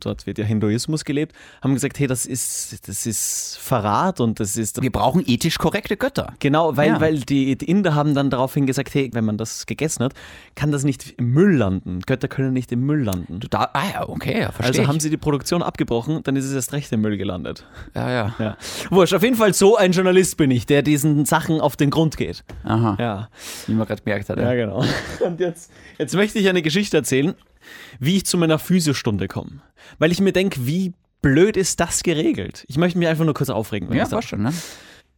dort wird ja Hinduismus gelebt, haben gesagt, hey, das ist, das ist Verrat und das ist
Wir brauchen ethisch korrekte Götter.
Genau, weil,
Ja.
weil die, die Inder haben dann daraufhin gesagt, hey, wenn man das gegessen hat, kann das nicht im Müll landen. Götter können nicht im Müll landen.
Da, ah ja, okay, ja, verstehe
Also haben
ich.
sie die Produktion abgebrochen, dann ist es erst recht im Müll gelandet.
Ja, ja.
Ja. Wurscht, auf jeden Fall so ein Journalist bin ich, der diesen Sachen auf den Grund geht.
Aha,
Ja,
wie man gerade gemerkt hat.
ja
Ja.
genau. [LAUGHS] Und jetzt, jetzt möchte ich eine Geschichte erzählen, wie ich zu meiner Physiostunde komme. Weil ich mir denke, wie blöd ist das geregelt? Ich möchte mich einfach nur kurz aufregen. wenn
Ja,
ich darf.
war schon, ne?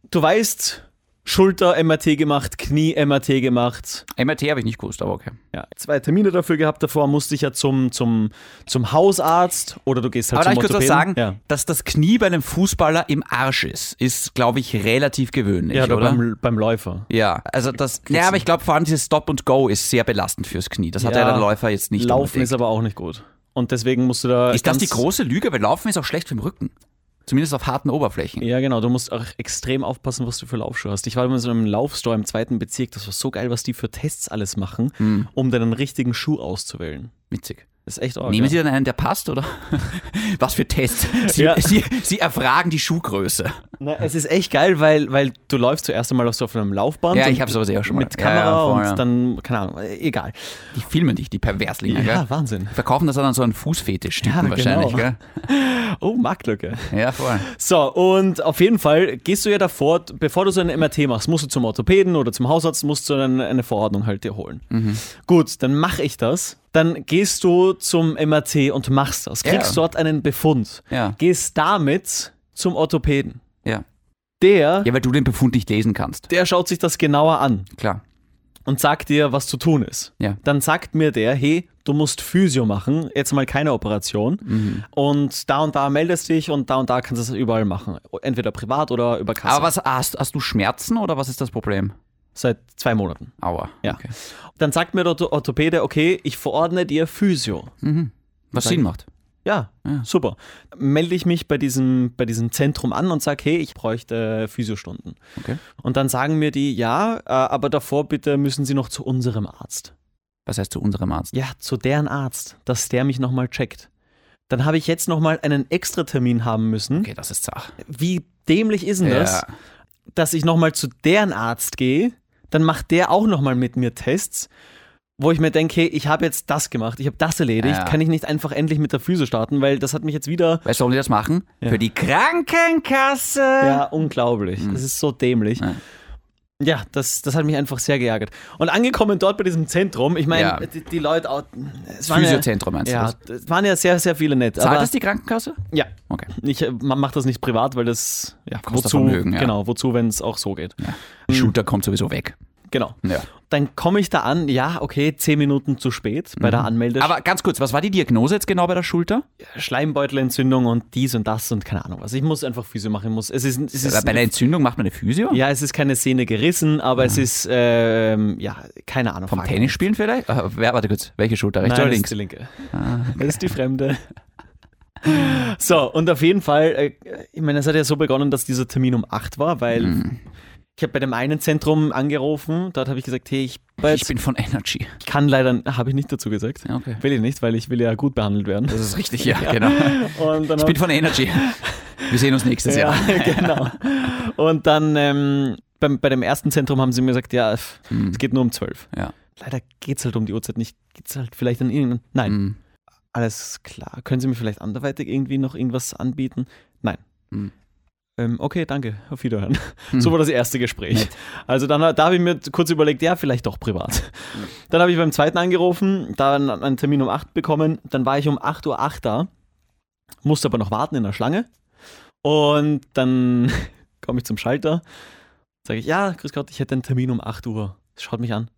Du weißt, Schulter-MRT gemacht, Knie-MRT gemacht,
MRT habe ich nicht gewusst, aber okay.
Ja, zwei Termine dafür gehabt. Davor musste ich ja zum, zum, zum Hausarzt oder du gehst halt
Aber darf ich
zum
kurz was sagen,
Orthopäden. Ja,
dass das Knie bei einem Fußballer im Arsch ist, ist, glaube ich, relativ gewöhnlich,
ja oder
oder?
beim, beim Läufer.
ja, also das. Ja, aber ich glaube vor allem dieses Stop and Go ist sehr belastend fürs Knie. Das hat ja
Ja,
der Läufer jetzt nicht.
Laufen
unbedingt.
ist aber auch nicht gut. Und deswegen musst du da.
Ist das die
Äh, ganz-
große Lüge? Weil Laufen ist auch schlecht für den Rücken. Zumindest auf harten Oberflächen.
Ja, genau. Du musst auch extrem aufpassen, was du für Laufschuhe hast. Ich war immer in so einem Laufstore im zweiten Bezirk. Das war so geil, was die für Tests alles machen,
Hm.
um deinen richtigen Schuh auszuwählen.
Witzig.
Das ist echt arg.
Nehmen
ja.
Sie dann einen, der passt, oder? [LAUGHS] Was für Tests? Sie,
Ja.
Sie, Sie erfragen die Schuhgröße.
Na, es ist echt geil, weil, weil du läufst zuerst einmal auf so auf einem Laufband.
Ja,
und
ich habe sowas eh auch schon mal.
Mit
Ja, ja,
Kamera
voll,
und
ja.
dann, keine Ahnung, egal.
Die filmen dich, die Perverslinge,
Ja,
gell?
Wahnsinn.
Verkaufen das dann so einen Fußfetisch-Typen
Ja, genau.
wahrscheinlich, gell?
Oh, Marktlücke.
Ja, voll.
So, und auf jeden Fall gehst du ja davor, bevor du so einen MRT machst, musst du zum Orthopäden oder zum Hausarzt, musst du dann eine Verordnung halt dir holen.
Mhm.
Gut, dann mache ich das. Dann gehst du zum MRT und machst das. Kriegst
Ja.
dort einen Befund.
Ja.
Gehst damit zum Orthopäden.
Ja.
Der,
ja, weil du den Befund nicht lesen kannst.
der schaut sich das genauer an
Klar.
und sagt dir, was zu tun ist.
Ja.
Dann sagt mir der, hey, du musst Physio machen, jetzt mal keine Operation.
Mhm.
Und da und da meldest dich und da und da kannst du es überall machen. Entweder privat oder über Kasse.
Aber was hast, hast du Schmerzen oder was ist das Problem?
Seit zwei Monaten.
Aua.
Ja.
Okay.
Dann sagt mir der Ortho- Orthopäde, okay, ich verordne dir Physio.
Was Sinn macht.
Ja, super. Melde ich mich bei diesem, bei diesem Zentrum an und sage, hey, ich bräuchte äh, Physiostunden.
Okay.
Und dann sagen mir die, ja, äh, aber davor bitte müssen Sie noch zu unserem Arzt.
Was heißt zu unserem Arzt?
Ja, zu deren Arzt, dass der mich nochmal checkt. Dann habe ich jetzt nochmal einen extra Termin haben müssen.
Okay, das ist Sach.
Wie dämlich ist denn das, dass ich nochmal zu deren Arzt gehe, dann macht der auch nochmal mit mir Tests, wo ich mir denke, hey, ich habe jetzt das gemacht, ich habe das erledigt,
Ja.
kann ich nicht einfach endlich mit der Füße starten, weil das hat mich jetzt wieder.
Weißt du, warum die das machen? Für die Krankenkasse.
Ja, unglaublich. Das ist so dämlich.
Mhm. Ja.
Ja. das, das hat mich einfach sehr geärgert. Und angekommen dort bei diesem Zentrum, ich meine,
Ja.
die, die Leute. au- Es waren
Physiozentrum meinst
Ja,
du
ja, es waren ja sehr, sehr viele nett.
das? Zahlt
aber-
das die Krankenkasse?
Ja,
Okay.
ich, man macht das nicht privat, weil das. Ja,
Kostet
wozu?
Vermögen, ja.
Genau, wozu, wenn es auch so geht. Hm.
Die Shooter kommt sowieso weg.
Genau.
Ja.
Dann komme ich da an, ja, okay, zehn Minuten zu spät bei
Mhm.
der Anmeldung.
Aber ganz kurz, was war die Diagnose jetzt genau bei der Schulter?
Schleimbeutelentzündung und dies und das und keine Ahnung was. Ich muss einfach Physio machen. Ich muss, es ist, es
Bei
ist,
der Entzündung macht man eine Physio?
ja, es ist keine Szene gerissen, aber es ist, ähm, ja, keine Ahnung.
Vom
Frag-
Tennis spielen vielleicht? Äh, wer, warte kurz, welche Schulter? Rechts
Nein,
oder
das
links? Ah,
ist die linke. Das ist die Fremde. So, und auf jeden Fall, äh, ich meine, es hat ja so begonnen, dass dieser Termin um 8 war, weil
Mhm.
ich habe bei dem einen Zentrum angerufen, dort habe ich gesagt, hey, ich,
Ich bin von Energy.
ich kann leider, habe ich nicht dazu gesagt.
Ja, okay.
Will ich nicht, weil ich will ja gut behandelt werden.
Das ist richtig, ja, genau.
[LAUGHS] Und dann
Ich
hab-
bin von Energy. Wir sehen uns nächstes
ja,
Jahr.
[LAUGHS] genau. Und dann ähm, beim, bei dem ersten Zentrum haben sie mir gesagt, ja, pff,
Hm.
es geht nur um zwölf.
Ja. Hm.
Leider geht's halt um die Uhrzeit nicht. Geht's halt vielleicht an irgendeinen. Nein. Alles klar. Können Sie mir vielleicht anderweitig irgendwie noch irgendwas anbieten? Nein.
Mhm.
Ähm, okay, danke. Auf Wiederhören. So war das erste Gespräch. Also dann da habe ich mir kurz überlegt, ja, vielleicht doch privat. Dann habe ich beim zweiten angerufen, dann einen Termin um 8 bekommen, dann war ich um 8.08 Uhr da, musste aber noch warten in der Schlange. Und dann [LAUGHS] komme ich zum Schalter, sage ich, ja, grüß Gott, ich hätte einen Termin um 8 Uhr. Schaut mich an.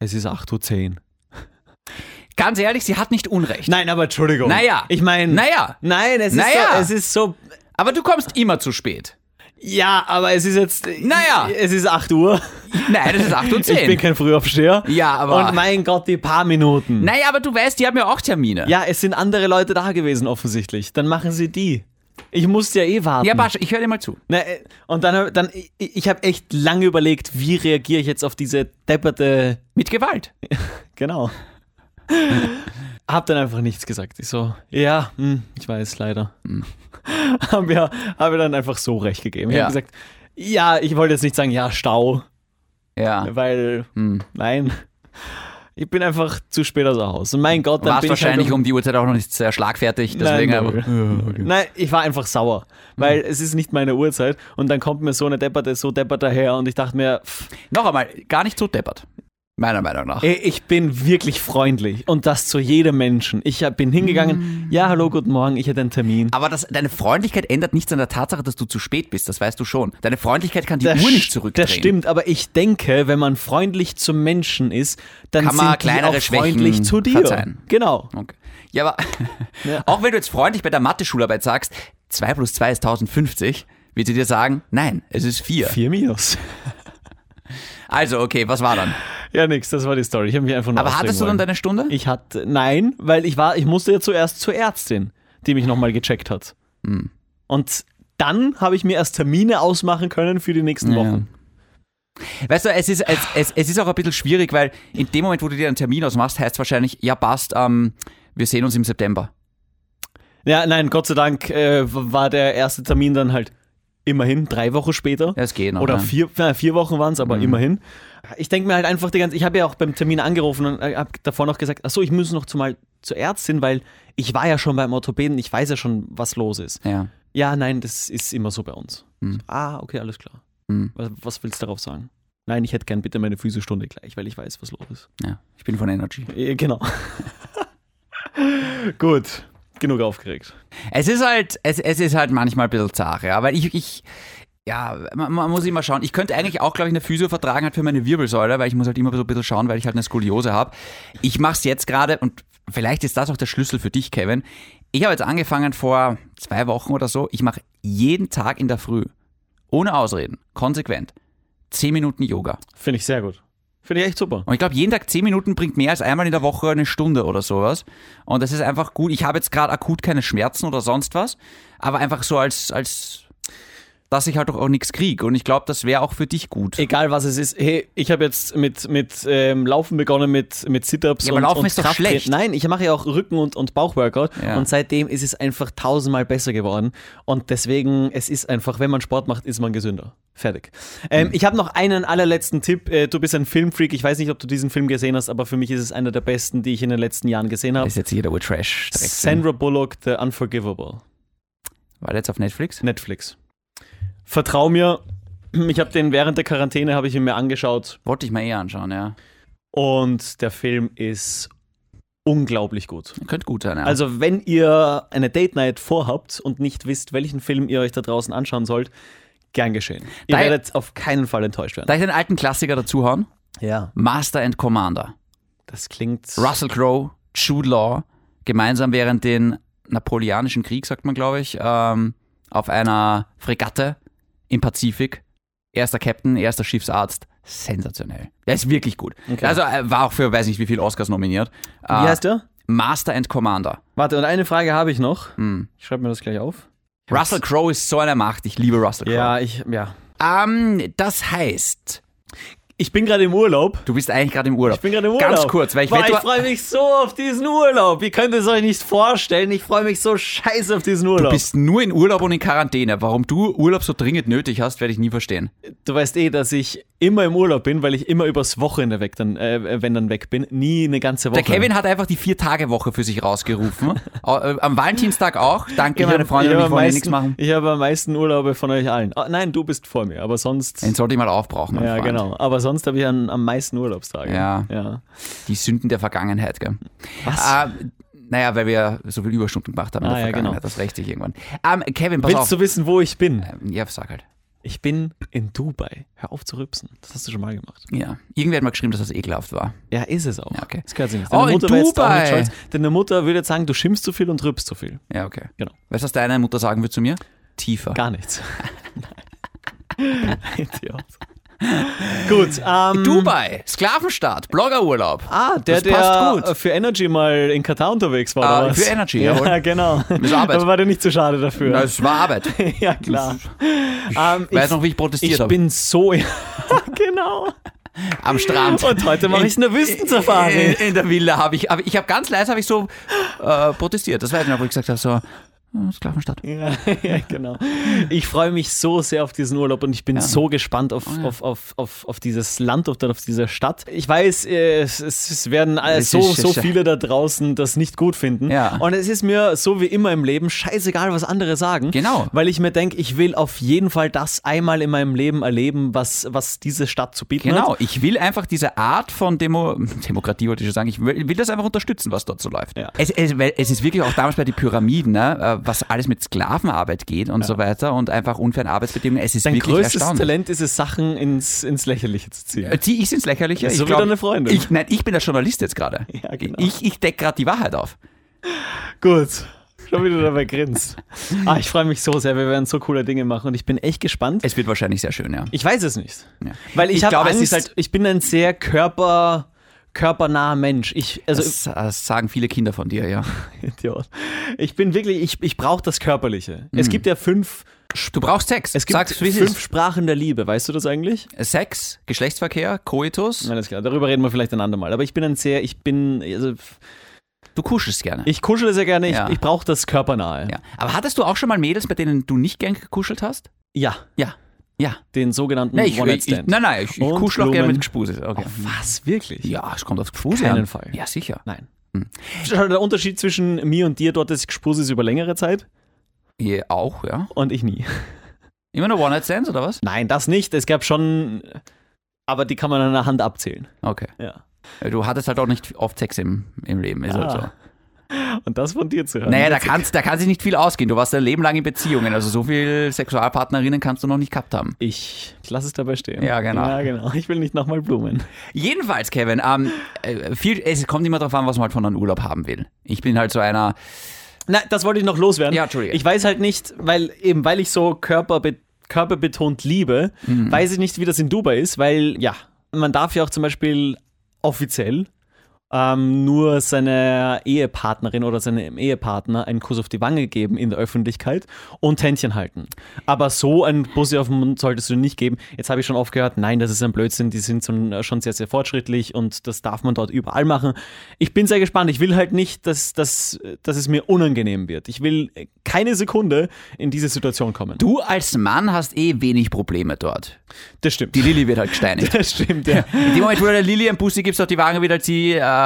Es ist 8.10 Uhr.
Ganz ehrlich, sie hat nicht Unrecht.
Nein, aber Entschuldigung.
Naja.
Ich meine.
Naja,
Nein, es ist,
Naja.
so, es ist so.
aber du kommst immer zu spät.
Ja, aber es ist jetzt.
Naja.
Es ist 8 Uhr.
Nein, das ist 8 und 10.
[LAUGHS] Ich bin kein Frühaufsteher.
Ja, aber-
Und mein Gott, die paar Minuten.
naja, aber du weißt, die haben ja auch Termine.
Ja, es sind andere Leute da gewesen, offensichtlich. Dann machen sie die. Ich musste ja eh warten.
ja Basch, ich höre dir mal zu.
Na, äh, und dann, dann ich, ich habe echt lange überlegt, wie reagiere ich jetzt auf diese depperte.
Mit Gewalt.
Genau. [LAUGHS] hab dann einfach nichts gesagt. Ich so, ja, hm, ich weiß, leider.
Hm.
[LAUGHS] haben wir haben wir dann einfach so recht gegeben. Ich
Ja.
habe gesagt, ja, ich wollte jetzt nicht sagen, ja, Stau,
Ja.
weil,
Hm.
nein. Ich bin einfach zu spät aus dem Haus. Und mein Gott, dann
Warst
bin ich
wahrscheinlich
halt
um die Uhrzeit auch noch nicht sehr schlagfertig. Deswegen
Nein,
aber,
null. Nein, ich war einfach sauer, weil
Hm.
es ist nicht meine Uhrzeit und dann kommt mir so eine Depperte, so deppert daher und ich dachte mir, pff,
noch einmal, gar nicht so deppert. Meiner Meinung nach.
ey, ich bin wirklich freundlich und das zu jedem Menschen. Ich hab- bin hingegangen, ja, hallo, guten Morgen, ich hätte einen Termin.
Mm. Aber das, deine Freundlichkeit ändert nichts an der Tatsache, dass du zu spät bist. Das weißt du schon. Deine Freundlichkeit kann die Uhr nicht zurückdrehen.
das stimmt, aber ich denke, wenn man freundlich zum Menschen ist, dann
Kann man
sind die
kleinere
auch freundlich
Schwächen
zu dir.
verzeihen. Oh.
Genau.
Okay. Ja,
[LAUGHS]
aber auch wenn du jetzt freundlich bei der Mathe-Schularbeit sagst, 2 plus 2 ist 1050, wird sie dir sagen, nein, es ist 4.
Vier Minus. [LAUGHS]
Also, okay, was war dann?
Ja, nix, das war die Story. Ich habe mich einfach nur
Aber hattest du dann
ausdrücken wollen.
deine Stunde?
Ich hatte, nein, weil ich war, ich musste ja zuerst zur Ärztin, die mich nochmal gecheckt hat.
Hm.
Und dann habe ich mir erst Termine ausmachen können für die nächsten Wochen.
Weißt du, es ist, es, es, es ist auch ein bisschen schwierig, weil in dem Moment, wo du dir einen Termin ausmachst, heißt es wahrscheinlich, ja passt, ähm, wir sehen uns im September.
Ja, nein, Gott sei Dank äh, w- war der erste Termin dann halt immerhin drei Wochen später.
Ja, es geht noch,
Oder
ja. Mhm.
vier, na, vier Wochen waren es, aber immerhin. Ich denke mir halt einfach die ganze, ich habe ja auch beim Termin angerufen und habe davor noch gesagt, ach so, ich muss noch zumal zur Ärztin, weil ich war ja schon beim Orthopäden, ich weiß ja schon, was los ist.
Ja.
Ja, nein, das ist immer so bei uns.
Mhm.
Ah, okay, alles klar. Was, was willst du darauf sagen? Nein, ich hätte gern bitte meine Physiostunde gleich, weil ich weiß, was los ist.
ja. Ich bin von Energy.
Äh, Genau. [LAUGHS] Gut, genug aufgeregt.
Es ist halt, es, es ist halt manchmal ein bisschen zart, ja. Aber ich, ich ja, man, man muss immer schauen. Ich könnte eigentlich auch, glaube ich, eine Physio vertragen halt für meine Wirbelsäule, weil ich muss halt immer so ein bisschen schauen, weil ich halt eine Skoliose habe. Ich mache es jetzt gerade und vielleicht ist das auch der Schlüssel für dich, Kevin. Ich habe jetzt angefangen vor zwei Wochen oder so. Ich mache jeden Tag in der Früh, ohne Ausreden, konsequent, zehn Minuten Yoga.
Finde ich sehr gut. Finde ich echt super.
Und ich glaube, jeden Tag 10 Minuten bringt mehr als einmal in der Woche eine Stunde oder sowas. Und das ist einfach gut. Ich habe jetzt gerade akut keine Schmerzen oder sonst was, aber einfach so als, als dass ich halt doch auch nichts kriege. Und ich glaube, das wäre auch für dich gut.
Egal was es ist, hey, ich habe jetzt mit, mit ähm, Laufen begonnen, mit, mit Sit-Ups
Ja, aber
und,
Laufen
und
ist doch
Krafttraining.
schlecht.
Nein, ich mache ja auch Rücken- und, und Bauchworkout
Ja.
und seitdem ist es einfach tausendmal besser geworden und deswegen, es ist einfach, wenn man Sport macht, ist man gesünder. Fertig.
Mhm.
Ähm, Ich habe noch einen allerletzten Tipp. Äh, Du bist ein Filmfreak. Ich weiß nicht, ob du diesen Film gesehen hast, aber für mich ist es einer der besten, die ich in den letzten Jahren gesehen habe.
ist jetzt jeder wohl Trash. direkt sehen.
Sandra Bullock, The Unforgivable.
War der jetzt auf Netflix?
Netflix. Vertrau mir, ich habe den während der Quarantäne, habe ich ihn mir angeschaut.
Wollte ich mal eher anschauen, ja.
Und der Film ist unglaublich gut.
Könnte gut sein, ja.
Also, wenn ihr eine Date Night vorhabt und nicht wisst, welchen Film ihr euch da draußen anschauen sollt, gern geschehen. Ihr
Da-
werdet auf keinen Fall enttäuscht werden.
Darf ich den alten Klassiker dazuhauen?
Ja.
Master and Commander.
Das klingt.
Russell Crowe, Jude Law, gemeinsam während den Napoleonischen Krieg, sagt man, glaube ich, ähm, auf einer Fregatte im Pazifik. Erster Captain, erster Schiffsarzt. Sensationell. Der ist wirklich gut. Also äh, war auch für, weiß nicht, wie viele Oscars nominiert. Äh,
Wie heißt der?
Master and Commander.
Warte, und eine Frage habe ich noch. Ich schreibe mir das gleich auf.
Russell Crowe ist so eine Macht. Ich liebe Russell Crowe.
ich. Ja.
Ähm, das heißt,
Ich bin gerade im Urlaub.
Du bist eigentlich gerade im Urlaub.
Ich bin gerade im Urlaub.
Ganz kurz, weil ich
Boah,
wette,
ich freue mich so auf diesen Urlaub. Ihr könnt es euch nicht vorstellen. Ich freue mich so scheiße auf diesen Urlaub.
du bist nur in Urlaub und in Quarantäne. Warum du Urlaub so dringend nötig hast, werde ich nie verstehen.
du weißt eh, dass ich immer im Urlaub bin, weil ich immer übers Wochenende weg dann, äh, wenn dann weg bin, nie eine ganze Woche.
Der Kevin hat einfach die Vier-Tage-Woche für sich
[LAUGHS]
rausgerufen. Au- äh, Am Valentinstag auch. Danke, meine Freunde,
ich
ich,
hab
ich
am
wollte
meisten-
nichts machen.
Ich habe am meisten Urlaube von euch allen. Ah, nein, du bist vor mir, aber sonst.
Den sollte ich mal aufbrauchen. mein
ja,
Freund.
genau. Aber sonst habe ich an, am meisten Urlaubstage.
Ja.
ja.
Die Sünden der Vergangenheit,
[LAUGHS]
gell?
Was?
Ähm, naja, weil wir so viel Überstunden gemacht haben in
Ah,
der
ja,
Vergangenheit.
genau.
Das rächt sich irgendwann. Ähm, Kevin, pass
Willst
auf.
du wissen, wo ich bin?
ja, sag halt.
Ich bin in Dubai. Hör auf zu rübsen. Das hast du schon mal gemacht.
Ja. Irgendwer hat mal geschrieben, dass das ekelhaft war.
Ja, ist es auch.
Ja, okay.
Das gehört sich nicht.
Oh, in
wäre jetzt auch
Dubai.
nicht stolz. Deine Mutter würde jetzt sagen, du schimpfst zu viel und rübst zu viel.
Ja, okay.
Genau.
Weißt du, was deine Mutter sagen würde zu mir? Tiefer. [LAUGHS]
Gar nichts. Nein. Idiot. Gut. Ähm,
Dubai, Sklavenstaat, Bloggerurlaub.
Ah, der,
Das passt
der
gut.
für Energy mal in Katar unterwegs war,
Ah,
oder was?
für Energy,
ja.
jawohl.
[LAUGHS] genau.
Ist Arbeit.
Aber war dir nicht zu schade dafür.
Na, Es war Arbeit.
[LAUGHS] ja, klar. Ähm,
Weiß noch, wie ich protestiert
ich
habe.
bin so... [LAUGHS] genau.
Am Strand.
[LAUGHS] Und heute mache
In-
ich eine Wüstensafari.
In, in der Villa habe ich, aber ich habe ganz leise habe ich so äh, protestiert. Das weiß ich noch, wo ich gesagt habe, so, äh, Sklavenstaat.
Ja, [LAUGHS] ja, genau. Ich freue mich so sehr auf diesen Urlaub und ich bin so gespannt auf,
Oh
auf, auf, auf, auf dieses Land und dann auf diese Stadt. Ich weiß, äh, es, es es werden all-
Es
so,
ist-
so viele da draußen das nicht gut finden.
Ja.
Und es ist mir so wie immer im Leben scheißegal, was andere sagen.
Genau.
Weil ich mir denke, ich will auf jeden Fall das einmal in meinem Leben erleben, was, was diese Stadt zu bieten hat.
Genau, ich will einfach diese Art von Demo Demokratie, wollte ich schon sagen, ich will, will das einfach unterstützen, was dort so läuft.
Ja.
Es, es, weil es ist wirklich auch damals bei den Pyramiden, ne, äh, was alles mit Sklavenarbeit geht und so weiter und einfach unfairen Arbeitsbedingungen. Es ist
Dein
wirklich
größtes
erstaunlich.
Talent ist es, Sachen ins, ins Lächerliche zu ziehen.
Äh, Zieh ich ins Lächerliche?
So
ich
wie deine Freundin.
Ich, nein, ich bin der Journalist jetzt gerade.
Ja, genau.
Ich, ich decke gerade die Wahrheit auf.
Gut. Schon wieder dabei grinst. Ah, ich freue mich so sehr. Wir werden so coole Dinge machen und ich bin echt gespannt.
Es wird wahrscheinlich sehr schön, ja.
Ich weiß es nicht.
Ja.
Weil ich,
Ich
hab
glaube, es
Angst,
ist halt-
ich bin ein sehr körper, körpernaher Mensch. Ich, also,
Das, das sagen viele Kinder von dir, ja.
Idiot. Ich bin wirklich, ich, ich brauche das Körperliche. Es gibt ja fünf,
Du brauchst Sex.
es gibt
Hm. Sag's, wie es
fünf Sprachen der Liebe. Weißt du das eigentlich?
ist. Sex, Geschlechtsverkehr, Koitus.
Nein, ist klar. Darüber reden wir vielleicht ein andermal. Aber ich bin ein sehr, ich bin, also,
Du kuschelst gerne.
ich kuschele sehr gerne. Ich,
Ja.
ich brauche das körpernahe.
ja. Aber hattest du auch schon mal Mädels, bei denen du nicht gern gekuschelt hast?
Ja,
Ja. Ja.
den sogenannten
Nee, ich, ich, ich,
One-Night-Stand.
nein, nein, ich, ich
Und
kuschel auch gerne
Blumen.
mit Gespuse. Okay.
Was? Wirklich?
Ja, es kommt aufs Gespuse
Keinen
an.
Fall.
Ja, sicher.
Nein. Schon Hm. Der Unterschied zwischen mir und dir dort ist, ich gespuse es über längere Zeit
Ja, auch, ja.
und ich nie. [LAUGHS]
Immer nur One-Night-Stands oder was?
Nein, das nicht. Es gab schon, aber die kann man an der Hand abzählen.
Okay.
Ja.
Du hattest halt auch nicht oft Sex im, im Leben. Ist halt
Ah.
so.
Und das von dir zu hören.
Naja, da, kannst, da kann sich nicht viel ausgehen. Du warst dein Leben lang in Beziehungen. Also so viel Sexualpartnerinnen kannst du noch nicht gehabt haben.
ich ich lasse es dabei stehen.
Ja, genau.
Ja, genau. Ich will nicht nochmal Blumen.
Jedenfalls, Kevin, ähm, äh, viel, es kommt immer darauf an, was man halt von einem Urlaub haben will. Ich bin halt so einer,
Na, das wollte ich noch loswerden.
Ja, Entschuldige.
Ich weiß halt nicht, weil eben, weil ich so körperbe körperbetont liebe, weiß ich nicht, wie das in Dubai ist, weil ja, man darf ja auch zum Beispiel offiziell ähm, nur seiner Ehepartnerin oder seinem Ehepartner einen Kuss auf die Wange geben in der Öffentlichkeit und Händchen halten. Aber so einen Bussi auf den Mund solltest du nicht geben. Jetzt habe ich schon aufgehört, nein, das ist ein Blödsinn, die sind schon, äh, schon sehr, sehr fortschrittlich und das darf man dort überall machen. Ich bin sehr gespannt. Ich will halt nicht, dass, dass, dass es mir unangenehm wird. Ich will keine Sekunde in diese Situation kommen.
du als Mann hast eh wenig Probleme dort.
Das stimmt. [LAUGHS]
Die Lilly wird halt gesteinigt.
das
[LAUGHS]
stimmt, ja.
In dem Moment, wo du der Lilly einen Pussy gibst, auf die Wagen wird halt sie äh,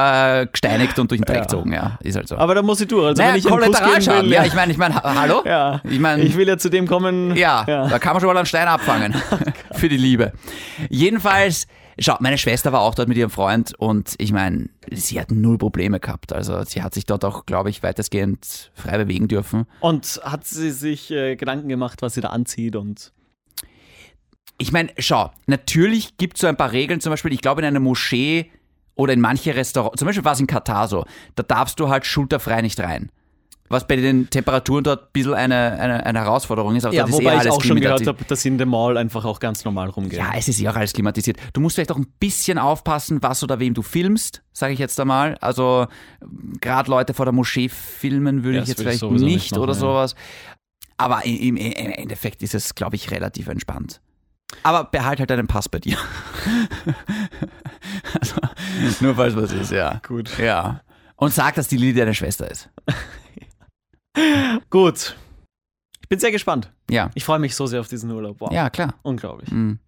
gesteinigt und durch den Dreck gezogen. Ja, ist halt so.
Aber da muss ich durch. Also,
naja,
wenn ich einen Kuss geben
Kollateralschaden.
will,
Ja, ich meine, ich meine, ha- hallo?
ja.
Ich meine,
ich will ja zu dem kommen.
Ja, da kann man schon mal einen Stein
[LAUGHS]
abfangen.
Oh
Für die Liebe. Jedenfalls, schau, meine Schwester war auch dort mit ihrem Freund und ich meine, sie hat null Probleme gehabt. Also sie hat sich dort auch, glaube ich, weitestgehend frei bewegen dürfen.
Und hat sie sich äh, Gedanken gemacht, was sie da anzieht und.
Ich meine, schau, natürlich gibt es so ein paar Regeln, zum Beispiel, ich glaube, in einer Moschee oder in manche Restaurants, zum Beispiel war es in Katar so, da darfst du halt schulterfrei nicht rein. Was bei den Temperaturen dort ein bisschen eine, eine, eine Herausforderung ist. Aber
Ja,
dort ist eh
also wobei ich
alles
auch schon
klimatisiert.
gehört habe, dass sie in dem Mall einfach auch ganz normal rumgehen.
Ja, es ist ja auch alles klimatisiert. Du musst vielleicht auch ein bisschen aufpassen, was oder wem du filmst, sage ich jetzt einmal. Also gerade Leute vor der Moschee filmen würde
Ja,
ich
das
jetzt
würde ich
vielleicht
sowieso
nicht,
nicht machen,
oder
ja.
sowas. Aber im, im, im Endeffekt ist es, glaube ich, relativ entspannt. Aber behalt halt deinen Pass bei dir. [LAUGHS] also, nur falls was ist, ja.
Gut.
Ja. Und sag, dass die Lili deine Schwester ist.
Gut. Ich bin sehr gespannt.
Ja.
Ich freue mich so sehr auf diesen Urlaub. Wow.
Ja, klar.
Unglaublich.
Mhm.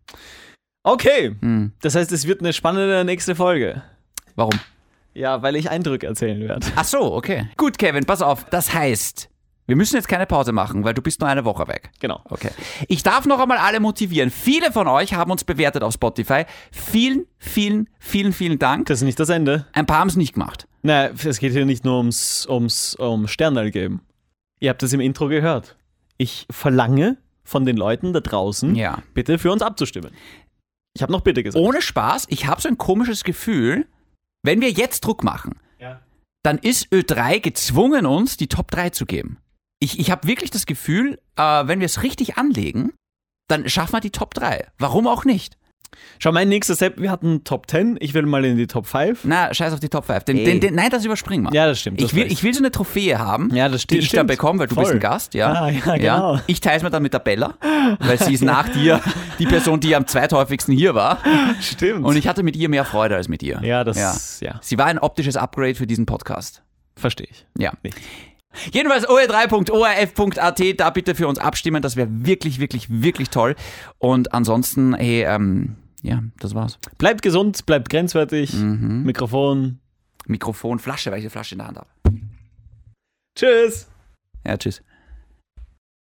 Okay.
Mhm.
Das heißt, es wird eine spannende nächste Folge.
Warum?
Ja, weil ich Eindrücke erzählen werde. [LAUGHS]
Ach so, okay. Gut, Kevin, pass auf. Das heißt, wir müssen jetzt keine Pause machen, weil du bist nur eine Woche weg.
Genau.
Okay. Ich darf noch einmal alle motivieren. Viele von euch haben uns bewertet auf Spotify. Vielen, vielen, vielen, vielen Dank.
Das ist nicht das Ende.
Ein paar haben es nicht gemacht.
Nein, es geht hier nicht nur ums, ums um Sternal geben. Ihr habt es im Intro gehört. Ich verlange von den Leuten da draußen,
Ja.
bitte für uns abzustimmen. Ich habe noch bitte gesagt.
Ohne Spaß, ich habe so ein komisches Gefühl, wenn wir jetzt Druck machen, dann ist Ö3 gezwungen, uns die Top 3 zu geben. Ich, ich habe wirklich das Gefühl, äh, wenn wir es richtig anlegen, dann schaffen wir die Top 3. Warum auch nicht?
Schau, mein nächster Step, wir hatten Top 10, ich will mal in die Top 5.
Na, scheiß auf die Top 5. Den,
Ey.
den, den, nein, das überspringen wir.
Ja, das stimmt.
ich, will, ich will so eine Trophäe haben,
Ja, das
die
stimmt.
ich dann bekomme, weil du bist ein Gast. Ja,
Ah, ja, genau.
Ich teile es mir dann mit der Bella, weil sie ist nach
[LAUGHS]
dir die Person, die am zweithäufigsten hier war.
Stimmt.
Und ich hatte mit ihr mehr Freude als mit ihr.
ja, das, ja,
Sie war ein optisches Upgrade für diesen Podcast.
verstehe ich.
Ja.
Nicht.
Jedenfalls oe3.orf.at, da bitte für uns abstimmen. Das wäre wirklich, wirklich, wirklich toll. Und ansonsten, hey, ähm, ja, das war's.
Bleibt gesund, bleibt grenzwertig. Mikrofon.
Mikrofon, Flasche, weil ich die Flasche in der Hand habe.
Tschüss.
Ja, tschüss.